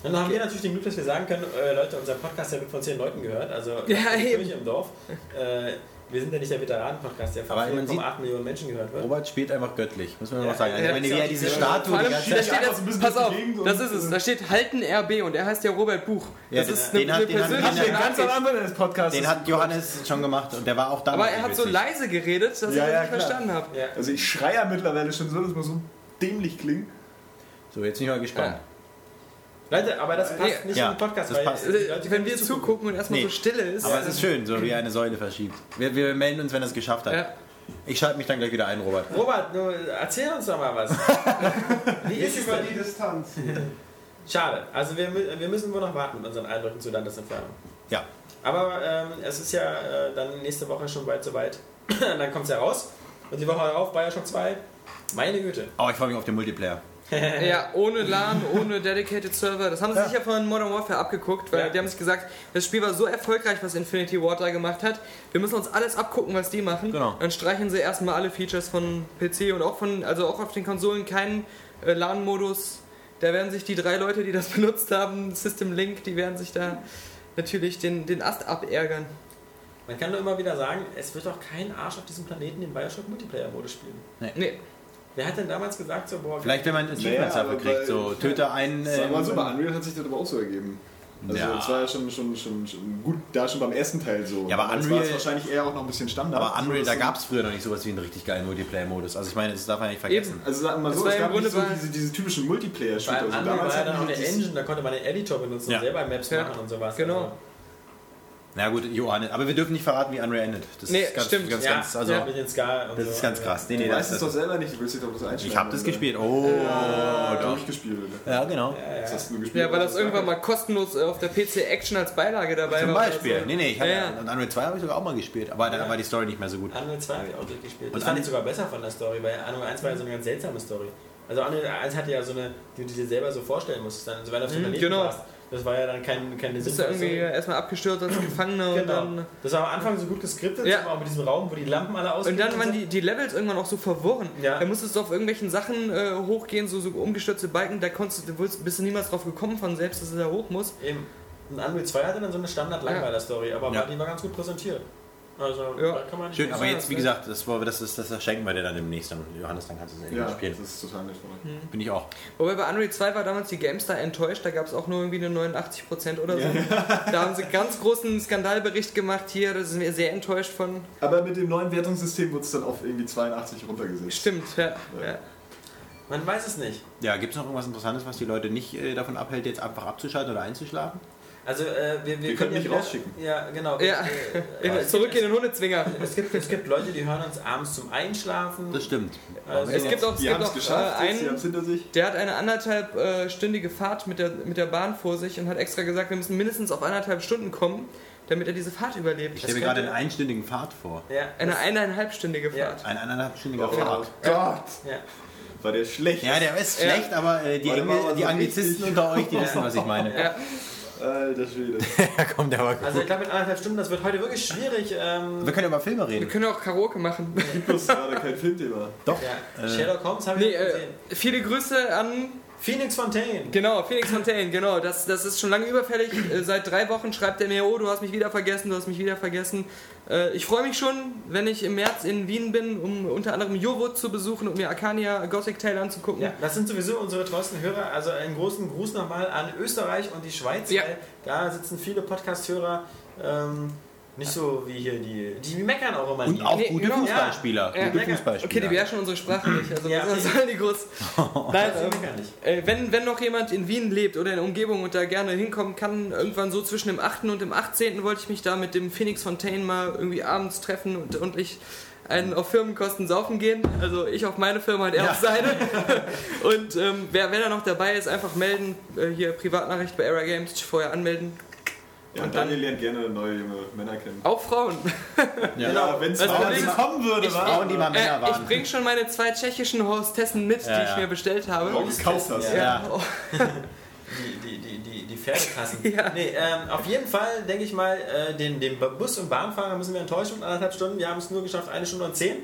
Dann haben wir natürlich den Glück, dass wir sagen können, äh, Leute, unser Podcast der wird von zehn Leuten gehört, also Ja, eben. durch im Dorf. Äh, wir sind ja nicht der Veteranen-Podcast, der von Aber man 4,8 Millionen Menschen gehört wird. Robert spielt einfach göttlich, muss man Ja, noch sagen. Also ja, wenn ist ja ihr wieder auch diese sehr- Statue Vor allem die ganze steht da Zeit... steht einfach so ein bisschen jetzt, pass durch auf, die Gegend und- das ist es, da steht Halten RB und er heißt ja Robert Buch. Ja, Das den- ist eine, den hat- eine den hat- den persönliche hat- Nachricht. Anfang des Podcasts. Den hat Johannes schon gemacht und der war auch da. Aber er hat so leise geredet, dass ich Ja, das ja, nicht klar. verstanden habe. Ja. also ich schreie ja mittlerweile schon so, dass man so dämlich klingt. So, jetzt bin ich mal gespannt. Leute, aber das passt Ja. nicht in Ja, den Äh, Podcast, das passt. die Leute Also, können wenn nicht wir zugucken und erstmal Nee. so stille ist. Aber es ist schön, so wie eine Säule verschiebt. Wir, wir melden uns, wenn er es geschafft hat. ja. Ich schalte mich dann gleich wieder ein, Robert. Robert, nur erzähl uns doch mal was. Wie ist es denn? Distanz. Schade. Also wir, mü- wir müssen wohl noch warten mit unseren Eindrücken zu Landesentfernung. Ja. Aber ähm, es ist ja äh, dann nächste Woche schon bald soweit. dann kommt es ja raus. Und die Woche darauf, Bioshock 2. Meine Güte. Aber Oh, ich freue mich auf den Multiplayer. Äh, Ja, ohne LAN, ohne Dedicated Server. Das haben sie sich ja von Modern Warfare abgeguckt, weil Ja. die haben sich gesagt, das Spiel war so erfolgreich, was Infinity Ward da gemacht hat. Wir müssen uns alles abgucken, was die machen. Genau. Dann streichen sie erstmal alle Features von PC und auch von, also auch auf den Konsolen keinen äh, LAN-Modus. Da werden sich die drei Leute, die das benutzt haben, System Link, die werden sich da natürlich den, den Ast abärgern. Man kann nur immer wieder sagen, es wird doch kein Arsch auf diesem Planeten den Bioshock Multiplayer-Modus spielen. Nee, Wer hat denn damals gesagt, so, boah, Vielleicht, wenn man ein Achievement Naja, dafür aber kriegt. bei- So, töte einen... Sag mal ähm, so, bei Unreal hat sich das aber auch so ergeben. Also Ja. es war ja schon, schon, schon, schon gut, da schon beim ersten Teil so. Ja, aber Damals Unreal- war es wahrscheinlich eher auch noch ein bisschen Standard. Aber Unreal, So, da dass- gab es früher noch nicht sowas wie einen richtig geilen Multiplayer-Modus. Also ich meine, das darf man nicht vergessen. Also sagen wir mal Das so, war es im gab Grunde nicht so bei- diese, diese typischen Bei Multiplayer-Shooter. also Also anderen war damals ja hatten dann auch die eine dieses- Engine, da konnte man den Editor benutzen Ja. und selber Maps Ja. machen und sowas. Also, Genau. Na gut, Johannes, aber wir dürfen nicht verraten, wie Unreal endet. Das Nee, ist ganz, stimmt. ganz, Also, ja, ganz, also, ja, mit den Ska und das so. ist ganz krass. Nee, nee, Du das, weißt es doch das, selber nicht, du willst dich doch bloß einstellen. ich habe das oder? gespielt. Oh, doch. Durchgespielt. Ja, genau. Ja, ja. Was hast du gespielt? ja, weil das irgendwann mal kostenlos äh, auf der PC Action als Beilage dabei Zum war. oder Beispiel. so. Nee, nee, ich hab, Ja, ja. ja. Und Unreal 2 habe ich sogar auch mal gespielt, aber da Ja. war die Story nicht mehr so gut. Anno 2 habe ich auch durchgespielt. Und das fand Anno- ich sogar besser von der Story, weil Anno 1 war ja so eine ganz seltsame Story. Also Anno 1 hatte ja so eine, die du dir selber so vorstellen musstest, dann, also wenn du auf dem Mhm, Planeten genau. warst. Das war ja dann kein, keine Bist du irgendwie erstmal abgestürzt als Gefangener und Genau. dann. Das war am Anfang so gut geskriptet, Ja. aber auch mit diesem Raum, wo die Lampen alle ausgehen. Und dann waren die, die Levels irgendwann auch so verworren. Ja. Da musstest du auf irgendwelchen Sachen äh, hochgehen, so, so umgestürzte Balken, da konntest, du- wusst- bist du niemals drauf gekommen von selbst, dass du da hoch musst. Eben. Und Unreal 2 hatte dann so eine Standard-Langweiler-Story, aber Ja. die war ganz gut präsentiert. Also, Ja. da kann man nicht Schön, aber Ja, jetzt, wie das- gesagt, das, war, das, ist, das schenken wir dir dann demnächst. Dann, Johannes, dann kannst du es Ja, ja. das spielen. ist total nett von euch. Bin ich auch. Wobei bei Unreal 2 war damals die GameStar enttäuscht, da gab es auch nur irgendwie eine 89% oder so. Da haben sie einen ganz großen Skandalbericht gemacht hier, da sind wir sehr enttäuscht von. Aber mit dem neuen Wertungssystem wurde es dann auf irgendwie 82 runtergesetzt. Stimmt, ja. ja. Ja. Man weiß es nicht. Ja, gibt es noch irgendwas Interessantes, was die Leute nicht äh, davon abhält, jetzt einfach abzuschalten oder einzuschlafen? Also, äh, wir, wir, Wir können ja dich wieder- rausschicken. Ja, genau. Ja. Äh, In, äh, zurück in den Hundezwinger. Es gibt, es gibt Leute, die hören uns abends zum Einschlafen. Das stimmt. Also, Es gibt auch, es Die gibt haben es auch äh, geschafft, jetzt, die haben einen, es hinter sich. Der hat eine anderthalb äh, stündige Fahrt mit der, mit der Bahn vor sich und hat extra gesagt, wir müssen mindestens auf anderthalb Stunden kommen, damit er diese Fahrt überlebt. Ich stelle mir gerade einen einstündigen Fahrt vor. ja, eine eineinhalbstündige Ja. Fahrt. Ein eineinhalbstündiger Oh Fahrt. Gott, ja. war der schlecht. Ja, der ist Ja. schlecht, aber äh, die, Warte Engl mal, aber die so Anglizisten richtig- unter euch, die wissen, was ich meine. Ja. Alter Schwede. Ja, komm, der war Also ich glaube, in anderthalb Stunden, das wird heute wirklich schwierig. Ähm, Wir können ja über Wir Filme reden. können auch Karaoke machen. Gibt bloß gerade kein Filmthema. Doch. ja. Äh, Sherlock Holmes habe ich nee, nicht äh, gesehen. viele Grüße an Phoenix Fontaine. Genau, Felix Fontaine, genau. Das, das ist schon lange überfällig. Äh, Seit drei Wochen schreibt er mir, oh, du hast mich wieder vergessen, du hast mich wieder vergessen. Äh, Ich freue mich schon, wenn ich im März in Wien bin, um unter anderem Jowut zu besuchen und mir Arcania Gothic Tale anzugucken. Ja, das sind sowieso unsere treuesten Hörer. Also einen großen Gruß nochmal an Österreich und die Schweiz. Ja. Weil da sitzen viele Podcast-Hörer. Ähm, Nicht so wie hier die. Die meckern auch immer Und auch Nee, gute genau. Fußballspieler. Ja. Gute Ja. Fußballspieler. Okay, die beherrschen unsere Sprache nicht. Also, Ja, was sollen die groß. Nein, Sie ähm, meckern nicht. Äh, wenn, wenn noch jemand in Wien lebt oder in der Umgebung und da gerne hinkommen kann, irgendwann so zwischen dem 8. und dem 18. wollte ich mich da mit dem Phoenix Fontaine mal irgendwie abends treffen und, und ich einen auf Firmenkosten saufen gehen. Also ich auf meine Firma und er auf seine. und ähm, wer, wer da noch dabei ist, einfach melden. Äh, hier Privatnachricht bei Era Games, vorher anmelden. Ja, und Daniel lernt gerne neue junge Männer kennen. Auch Frauen. Ja. Ja, wenn es Das mal Problem ist- kommen würde, wa? Frauen, die mal Männer Äh, ich waren. bringe schon meine zwei tschechischen Hostessen mit, Ja, die ich ja. mir bestellt habe. Warum gekauft das? Ja. ja. Oh, Die, die, die, die, die Pferdekassen. Ja. nee, ähm, auf jeden Fall denke ich mal, äh, den, den Bus- und Bahnfahrer müssen wir enttäuschen. Anderthalb Stunden. Wir haben es nur geschafft, eine Stunde und zehn.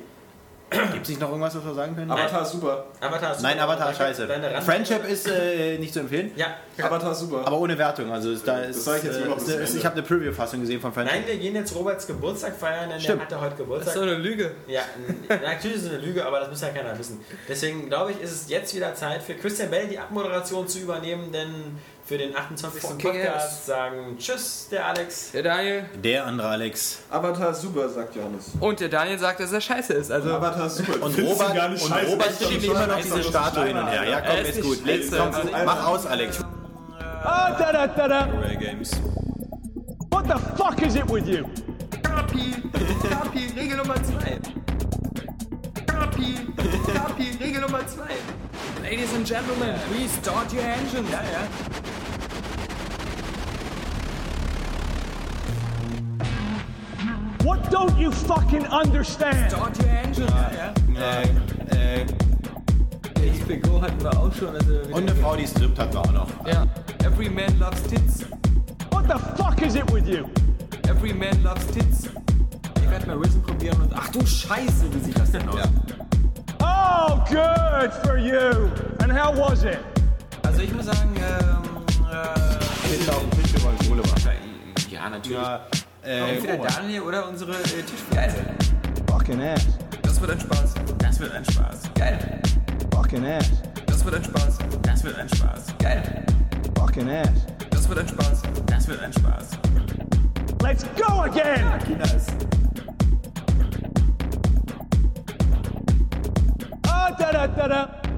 Gibt es nicht noch irgendwas, was wir sagen können? Avatar ist super. Avatar ist Nein, super. Avatar Deine- scheiße. deine Rand- Friendship ist äh, nicht zu empfehlen. Ja. Avatar ist super. Aber ohne Wertung, also ist, da Das ist, sag ich jetzt äh, überhaupt ist, nicht ist, Ende. ich habe eine Preview-Fassung gesehen von Friendship. Nein, wir gehen jetzt Roberts Geburtstag feiern, denn Stimmt. er hat ja heute das ist so Geburtstag. eine Lüge. Ja, n- natürlich ist es eine Lüge, aber das muss ja keiner wissen. Deswegen glaube ich, ist es jetzt wieder Zeit für Christian Bell die Abmoderation zu übernehmen, denn für den 28. Fucking Podcast ass. sagen Tschüss, der Alex. Der Daniel. Der andere Alex. Avatar ist super, sagt Johannes. Und der Daniel sagt, dass er scheiße ist. Also Avatar ist super. Und Findest du Robert, gar nicht und scheiße. Robert Ist doch schiebt schon immer noch scheiße, diese dass du Statue hin und Schneider her. Ja, komm, Er ist ist nicht gut. Let's, scheiße. komm, Also- mach aus, Alex. Games. What the fuck is it with you? Kapi, Kapi, Regel Nummer 2. Kapi, Kapi, Regel Nummer 2. Ladies and Gentlemen, please start your engine. Ja, ja. What don't you fucking understand? Start your engine. Ja, ja. Äh, äh, HBO hatten wir auch schon. Also und eine Frau, die strippt, hatten wir auch noch. ja. Every man loves tits. What the fuck is it with you? Every man loves tits. Ich werde mal Risen probieren und ach du Scheiße, wie sieht das denn aus? Oh, good for you. And how was it? Also ich muss sagen, ähm, äh, Jetzt auf dem Tisch, wir wollen Kohle machen. ja natürlich. Ja, äh, Entweder Robert. Daniel oder unsere äh, Tischgeil. Fucking ass. Das wird ein Spaß. Das wird ein Spaß. Geil. Fucking ass. Das wird ein Spaß. Das wird ein Spaß. Geil. Fucking ass. Das wird ein Spaß. Das wird ein Spaß. Let's go again. Ah, da da da da.